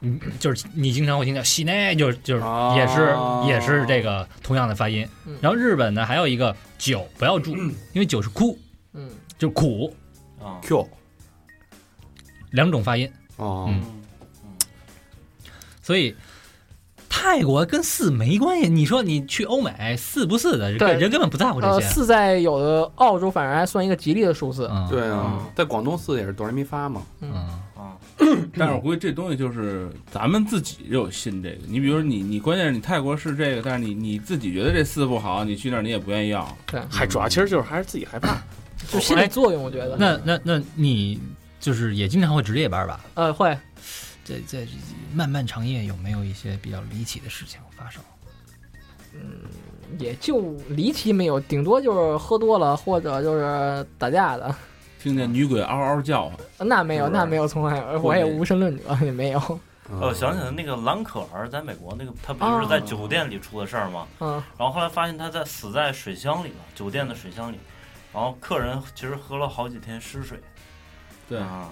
嗯，就是你经常会听到西内，就是就是哦也是、也是这个同样的发音啊嗯。然后日本呢还有一个酒不要住，因为酒是哭，嗯，就是苦，啊， Q 两种发音，哦嗯所以。泰国跟四没关系，你说你去欧美四不四的，对人根本不在乎这呃，些。四在有的澳洲反而还算一个吉利的数字。嗯，对啊，在广东四也是哆来咪发嘛，嗯，但是我估计这东西就是咱们自己就有信这个。你比如说你，你关键是你泰国是这个，但是你你自己觉得这四不好，你去那儿你也不愿意要。 嗨，主要其实就是还是自己害怕。就心理作用，我觉得。那那那你就是也经常会值夜班吧？呃会，这这漫漫长夜有没有一些比较离奇的事情发生？也就离奇没有，顶多就是喝多了或者就是打架的，听见女鬼嗷嗷叫唤，那没有，是吧那没有，从来呃会我也无神论者也没有。嗯嗯哦，我想起来那个蓝可儿在美国那个，他不就是哦在酒店里出的事儿吗？嗯，然后后来发现他在死在水箱里了，酒店的水箱里。然后客人其实喝了好几天湿水。对，啊，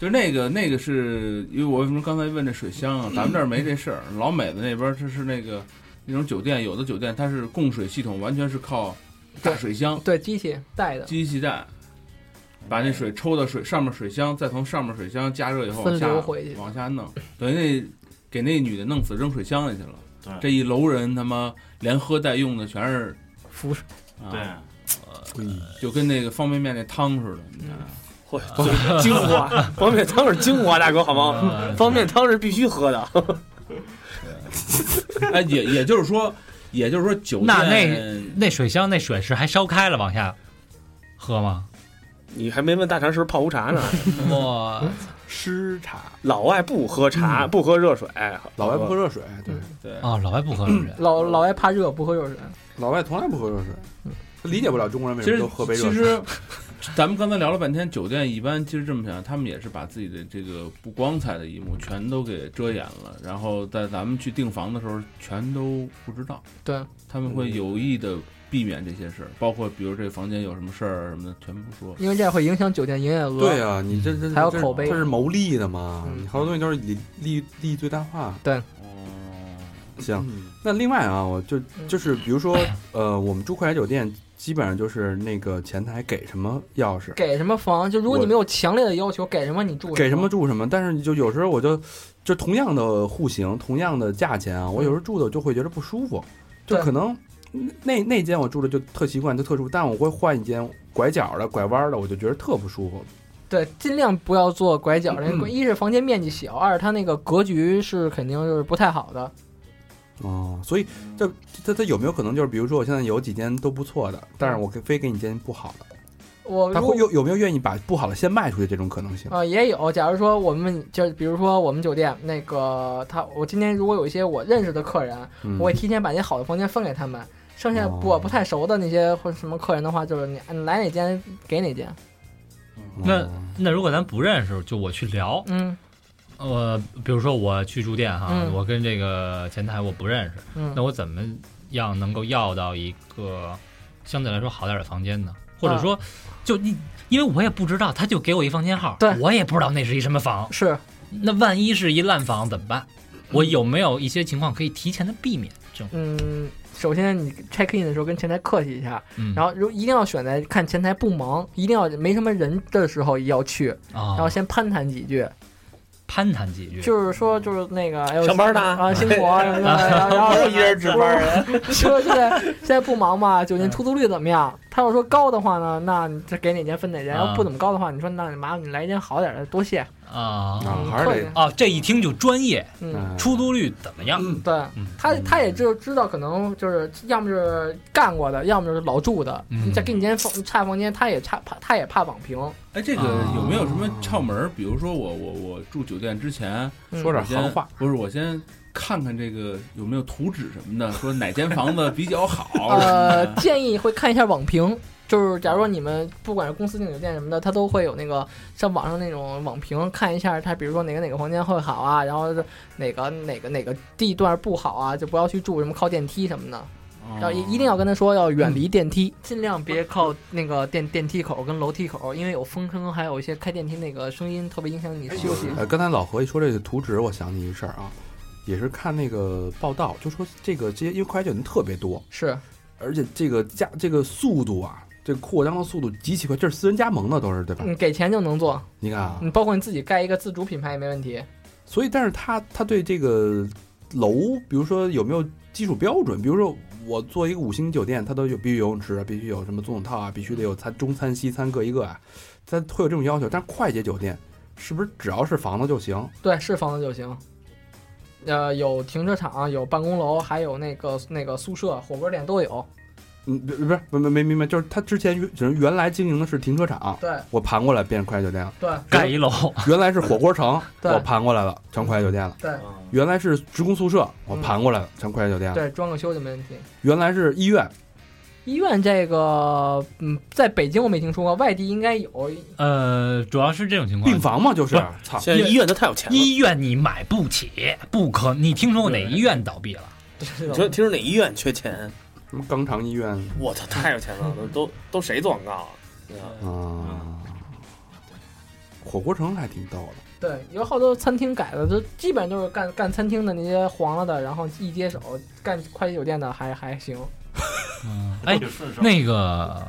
就是那个那个是因为我为什么刚才问这水箱啊？咱们这儿没这事儿，老美的那边儿这是那个那种酒店，有的酒店它是供水系统完全是靠大水箱对，机器带的机器带，把那水抽到水上面水箱，再从上面水箱加热以后分往流下回去往下弄，等于那给那女的弄死扔水箱里去了。对这一楼人他妈连喝带用的全是，辐射，啊、对，，嗯哎就跟那个方便面那汤似的，嗯你看嚯，精华，方便汤是精华，大哥好吗？方便汤是必须喝的。哎，也也就是说，也就是说酒店那那水箱那水是还烧开了往下喝吗？你还没问大肠是不是泡壶茶呢？ 我湿茶，老外不喝茶，不喝热水，老外不嗯喝热水，对，对哦，老外不喝热水。老老爱怕热，不喝热水。老外从来不喝热水，他理解不了中国人为其什么实都喝杯热其水。实， 咱们刚才聊了半天，酒店一般其实这么想，他们也是把自己的这个不光彩的一幕全都给遮掩了，然后在咱们去订房的时候全都不知道。对，他们会有意的避免这些事儿，包括比如这房间有什么事儿什么的，全不说。因为这样会影响酒店营业额。对啊，你这这还有这是口碑这是谋利的嘛？嗯你好多东西都是以利利益最大化。哦，行，那另外啊，我就嗯就是比如说，呃，我们住快捷酒店，基本上就是那个前台给什么钥匙，给什么房？就如果你没有强烈的要求，给什么你住给什么住什么。但是就有时候我就就同样的户型，同样的价钱啊，我有时候住的就会觉得不舒服，就嗯对可能那那间我住的就特习惯，就特舒服，但我会换一间拐角的、拐弯的，我就觉得特不舒服。对，尽量不要做拐角的，因为一是房间面积小，二是它那个格局是肯定就是不太好的。哦，所以这这它有没有可能就是，比如说我现在有几间都不错的，但是我给非给你间不好的，我他嗯如会果有有没有愿意把不好的先卖出去这种可能性？啊、也有。假如说我们就比如说我们酒店那个他，我今天如果有一些我认识的客人，嗯我会提前把那些好的房间分给他们。剩下哦我不太熟的那些或者什么客人的话，就是你你来哪间给哪间。哦那那如果咱不认识，就我去聊，嗯呃，比如说我去住店哈，嗯我跟这个前台我不认识，嗯那我怎么样能够要到一个相对来说好点儿的房间呢？或者说就你，因为我也不知道，他就给我一房间号，对我也不知道那是一什么房，是那万一是一烂房怎么办？我有没有一些情况可以提前的避免这种？嗯，首先你 check in 的时候跟前台客气一下，嗯，然后如一定要选在看前台不忙，一定要没什么人的时候也要去，啊，然后先攀谈几句，攀谈几句，就是说就是那个哎呦上班呢啊，辛 苦啊，什么的，然后然后又一人值班啊， 说现在现在不忙嘛，酒店出租率怎么样？嗯他要说高的话呢，那你这给哪间分哪间；啊要不怎么高的话，你说那你麻烦你来一间好点的，多谢。啊啊嗯，还是客得气啊，这一听就专业，嗯，嗯出租率怎么样？对嗯他他也就知道，可能就是要么就是干过的，要么就是老住的。嗯再给你间房差房间，他也差怕他也怕网评。哎，这个啊有没有什么窍门儿？比如说我我我住酒店之前，嗯说点我先行话，不是我先看看这个有没有图纸什么的，说哪间房子比较好什么 呃，的。建议会看一下网评，就是假如说你们不管是公司订酒店什么的，它都会有那个像网上那种网评，看一下它，比如说哪个哪个房间会好啊，然后是哪个哪个哪个地段不好啊，就不要去住什么靠电梯什么的，然后一一定要跟他说要远离电梯，哦尽量别靠那个电电梯口跟楼梯口，因为有风声，还有一些开电梯那个声音特别影响你休息。呃，刚才老何一说这个图纸，我想起一事儿啊，也是看那个报道，就说这个这些因为快捷酒店特别多，是，而且这个加这个速度啊，这个扩张的速度极其快，这是私人加盟的都是对吧？你嗯给钱就能做，你看啊，你包括你自己盖一个自主品牌也没问题。所以但是他他对这个楼，比如说有没有基础标准？比如说我做一个五星酒店，它都有必须有游泳池啊，必须有什么总统套啊，必须得有餐中餐西餐各一个啊，它会有这种要求。但是快捷酒店是不是只要是房子就行？对，是房子就行。呃，有停车场，有办公楼，还有那个那个宿舍、火锅店都有。嗯，不不是没没没明白，就是他之前原只是原来经营的是停车场，对我盘过来变成快捷酒店了；对盖一楼，原来是火锅城，对我盘过来了成快捷酒店了；对嗯原来是职工宿舍，我盘过来了成快捷酒啊店了；对，装个修就没问题。原来是医院，医院这个，嗯，在北京我没听说过，外地应该有。呃，主要是这种情况病。房嘛，就是不是操，现在医院都太有钱了。医院你买不起，不可。你听说过哪医院倒闭了？ 你说听说哪医院缺钱？什么肛肠医院我操，太有钱了，都都都谁做广告啊？对吧啊，火锅城还挺逗的，对，有好多餐厅改的，都基本都是干干餐厅的那些黄了的，然后一接手干快捷酒店的还还行。嗯，哎，顺手那个，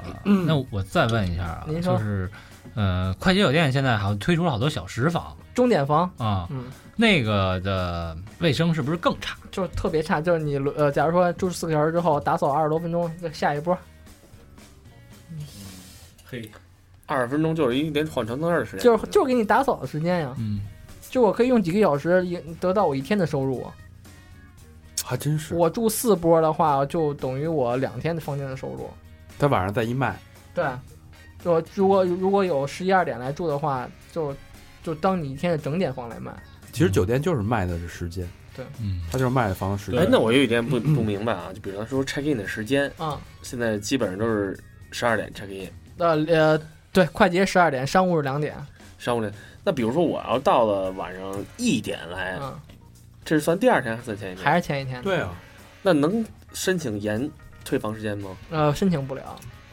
那我再问一下啊，嗯您说就是，呃，快捷酒店现在好像推出了好多小时房钟点房，啊，嗯，那个的卫生是不是更差？就是特别差，就是你呃，假如说住四个小时之后打扫二十多分钟，再下一波。嘿，二十分钟就是一连换床单的时间，就是就是给你打扫的时间呀，嗯，就我可以用几个小时也得到我一天的收入啊。还真是。我住四波的话，就等于我两天的房间的收入。他晚上再一卖，对，我如果如果有十一二点来住的话，就就当你一天的整点房来卖。其实酒店就是卖的是时间，嗯，他就是卖的房时哎间，。那我有一点不不明白啊，就比方说 check in 的时间，啊、现在基本上都是十二点 check in，嗯，呃呃，对，快捷十二点，商务是两点。上午点。那比如说我要到了晚上一点来，嗯，这是算第二天还是算前一天？还是前一天的。对啊，那能申请延退房时间吗？呃，申请不了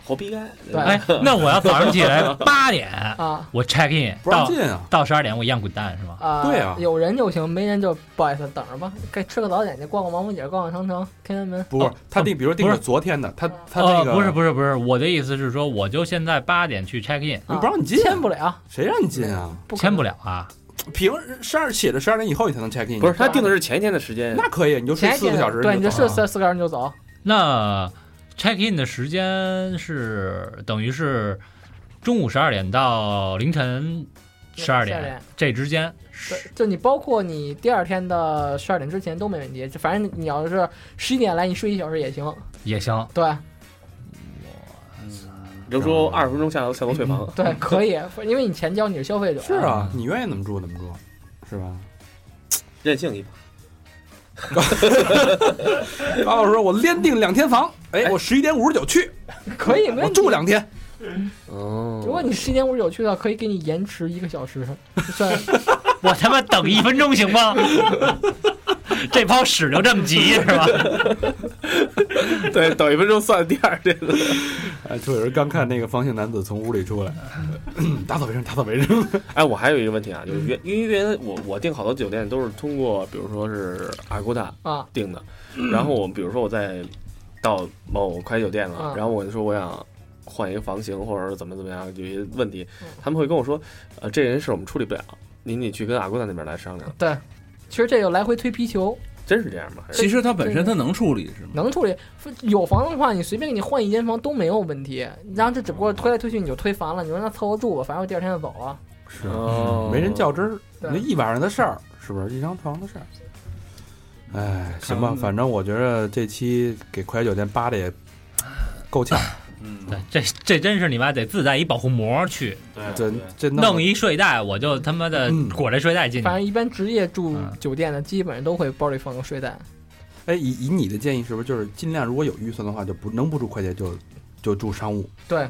活逼该。对哎，那我要早上起来八点，啊我 check in 不让到进啊。到十二点，我一样滚蛋是吗？啊。对啊有人就行，没人就不好意思，等着吧。该吃个早点去，逛逛王府井，逛逛长城、天安门。啊不是哦，他定，比如说定不是啊是昨天的，他他那个呃，不是不是不是，我的意思是说，我就现在八点去 check in，你啊不让你进啊签不了，谁让你进啊？不可签能不了啊。凭十二写着十二点以后你才能 check in，不是，他定的是前一天的时间，那可以，你就睡前一四天个小时，对，你就就走睡了啊四四个小时你就走。那 check in 的时间是等于是中午十二点到凌晨十二12点点这之间对是，就你包括你第二天的十二点之前都没问题，就反正你要是十一点来，你睡一小时也行。也行。对比如说二十分钟下楼下楼退房，对，可以，因为你钱交，你是消费者。是啊，你愿意怎么住怎么住，是吧？任性一把。高老师，我连订两天房，哎，我十一点五十九去，可以，没我问题住。两天，哦如果你十一点五十九去的话，可以给你延迟一个小时，算我他妈等一分钟行吗？ 这泡屎就这么急是吧？ 对，等一分钟算第二天的。哎，就有人刚看那个方姓男子从屋里出来，打扫卫生，打扫卫生。哎，我还有一个问题啊，就是原因为原来我我订好多酒店都是通过，比如说是阿古达啊，订的，然后我比如说我在到某快捷酒店了嗯，然后我就说我想换一个房型，或者是怎么怎么样，有一些问题，嗯他们会跟我说，呃，这人事我们处理不了，您得去跟阿古达那边来商量。对，其实这个来回推皮球真是这样吗？还是其实它本身它能处理是吗？能处理，有房的话你随便给你换一间房都没有问题，然后这只不过推来推去你就推烦了，你说那凑合住吧，反正我第二天就走了。是哦嗯没人较真儿，对那一晚上的事儿，是不是一张床的事儿？哎，行吧，反正我觉得这期给快捷酒店扒的也够呛，对，这这真是你妈得自带一保护膜去对这对这弄一一睡袋，我就他妈的嗯裹着睡袋进去反。正一般职业住嗯酒店的，基本上都会包里放个睡袋。哎，以以你的建议，是不是就是尽量如果有预算的话，就不能不住快捷就就住商务，对，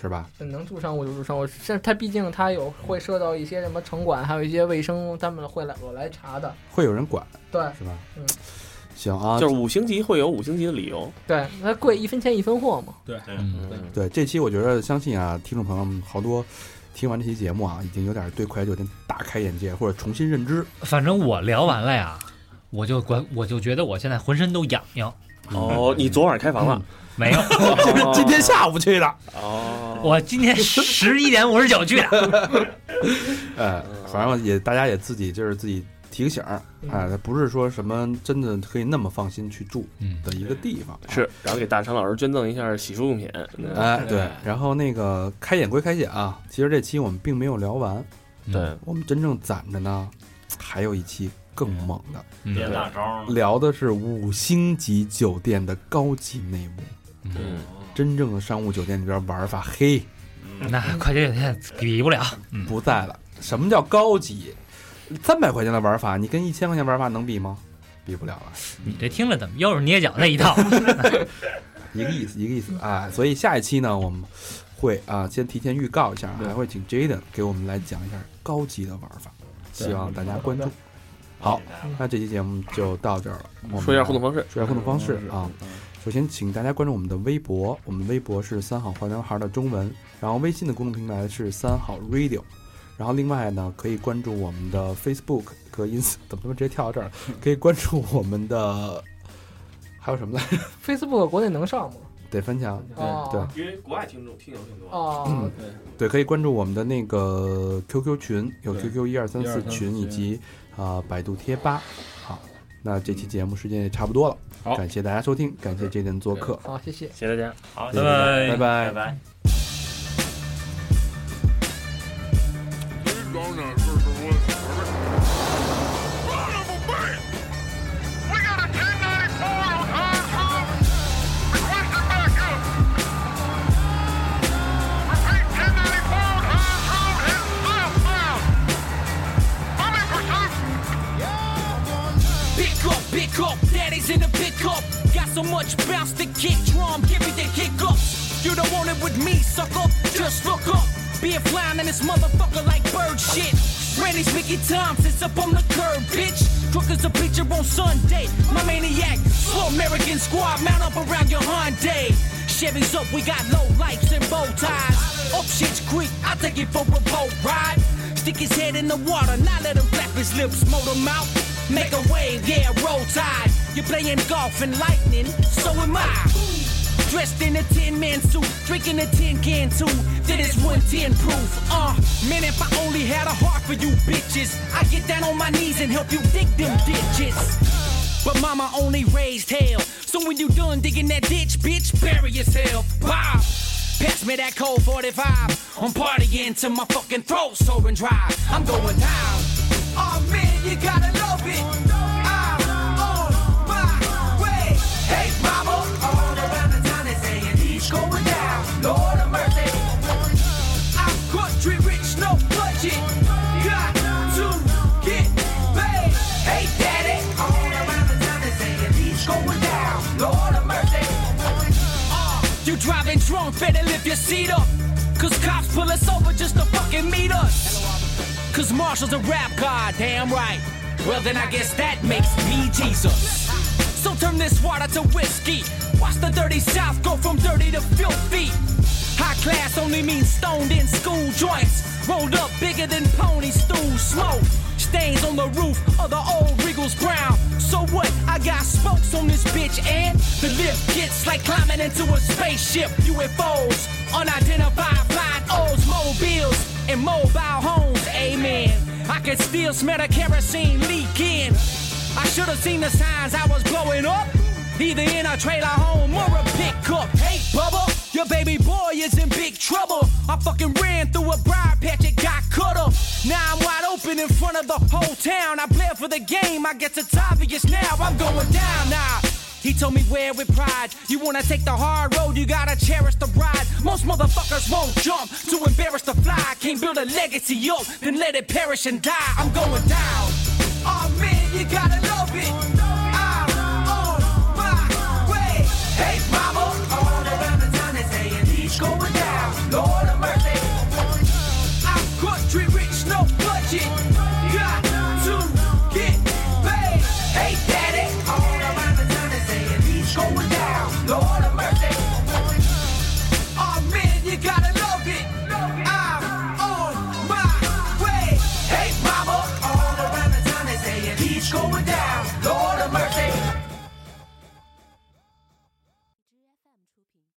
是吧？能住商务就住商务，但是它毕竟它有嗯会涉到一些什么城管，还有一些卫生，他们会来我来查的。会有人管，对是吧？嗯，行啊，就是五星级会有五星级的理由，对，那贵一分钱一分货嘛。对嗯，嗯对这期我觉得相信啊，听众朋友们好多听完这期节目啊，已经有点对快捷酒店大开眼界或者重新认知。反正我聊完了呀，我就管我就觉得我现在浑身都痒痒。哦，你昨晚开房了？没有，这是今天下午去的，哦，我今天十一点五十九去的。哎，反正也大家也自己就是自己提个醒儿，哎，它不是说什么真的可以那么放心去住嗯，的一个地方。是，嗯然后给大成老师捐赠一下洗漱用品。哎，对，然后那个开眼归开眼啊，其实这期我们并没有聊完，对，我们真正攒着呢，还有一期更猛的，嗯别大招了。聊的是五星级酒店的高级内幕，嗯，真正的商务酒店里边玩法，嘿，那快捷酒店比不了。不在了。什么叫高级？三百块钱的玩法，你跟一千块钱玩法能比吗？比不了了，你这听着怎么又是捏脚那一套？一个意思，一个意思啊。所以下一期呢，我们会啊，先提前预告一下，还会请 Jaden 给我们来讲一下高级的玩法，希望大家关注。好，那这期节目就到这儿了。我们说一下互动，方式。说一下互动方式啊。首先，请大家关注我们的微博，我们的微博是三好坏男孩的中文，然后微信的公众平台是三好 radio，然后另外呢，可以关注我们的 Facebook 和 ins，怎 么他妈直接跳到这 儿了？可以关注我们的 还有什么来着？ Facebook 国内能上吗？ 得翻墙，哦，对因为国外听众听友挺多哦，啊嗯对，可以关注我们的那个 QQ 群，有对 QQ 一二三四1234群以及啊、百度贴吧。好，那这期节目时间也差不多了，好感谢大家收听，感谢 Jaden 做客，好，谢谢。谢谢大家。好，谢谢大家拜拜拜拜拜。 Pick up, pick up, daddy's in the pickup. Got so much bounce to kick drum, give me the hiccups. You don't want it with me, sucker, just look up. Be a flying in this motherfucker like bird shit. Randy's Mickey Tom sits up on the curb, bitch. Crook as a preacher on Sunday. My maniac, slow American squad, mount up around your Hyundai. Chevy's up, we got low lights and bow ties. Up shit's creek, I take it for a boat ride. Stick his head in the water, now let him flap his lips, mold him out. Make a wave, yeah, roll tide. You're playing golf and lightning, so am I. Dressed in a tin man suit, drinking a tin can too. Then it's 110 proof. Uh, man, if I only had a heart for you bitches, I'd get down on my knees and help you dig them ditches. But mama only raised hell. So when you done digging that ditch, bitch, bury yourself. Bob, pass me that cold 45. I'm partying till my fucking throat's soaring dry. I'm going down. Oh man, you gotta love it. I'm on my way. Hey mama, all around the town they saying he's going down. Lord of mercy. I'm country rich, no budget. Got to get paid. Hey, daddy. All around the town they saying he's going down. Lord of mercy. Uh, you driving drunk, better lift your seat up. Cause cops pull us over just to fucking meet us. Cause Marshall's a rap god, damn right. Well, then I guess that makes me Jesus. So turn this water to whiskey. Watch the dirty south go from dirty to filthy. High class only means stoned in school joints. Rolled up bigger than pony stool smoke. Stains on the roof of the old Regal's brown. So what? I got spokes on this bitch, and the lift gets like climbing into a spaceship. UFOs, unidentified flying Oldsmobiles, and mobile homes. Amen. I can still smell the kerosene leaking. I should have seen the signs I was blowing up. Either in a trailer home or a pickup. Hey, Bubba, your baby boy is in big trouble. I fucking ran through a briar patch and got cut up. Now I'm wide open in front of the whole town. I bled for the game, I guess it's obvious now. I'm going down now. He told me wear it with pride. You wanna take the hard road, you gotta cherish the ride. Most motherfuckers won't jump to embarrass the fly. Can't build a legacy up, then let it oh, perish and die. I'm going down. Oh man, you gotta love it. Oh,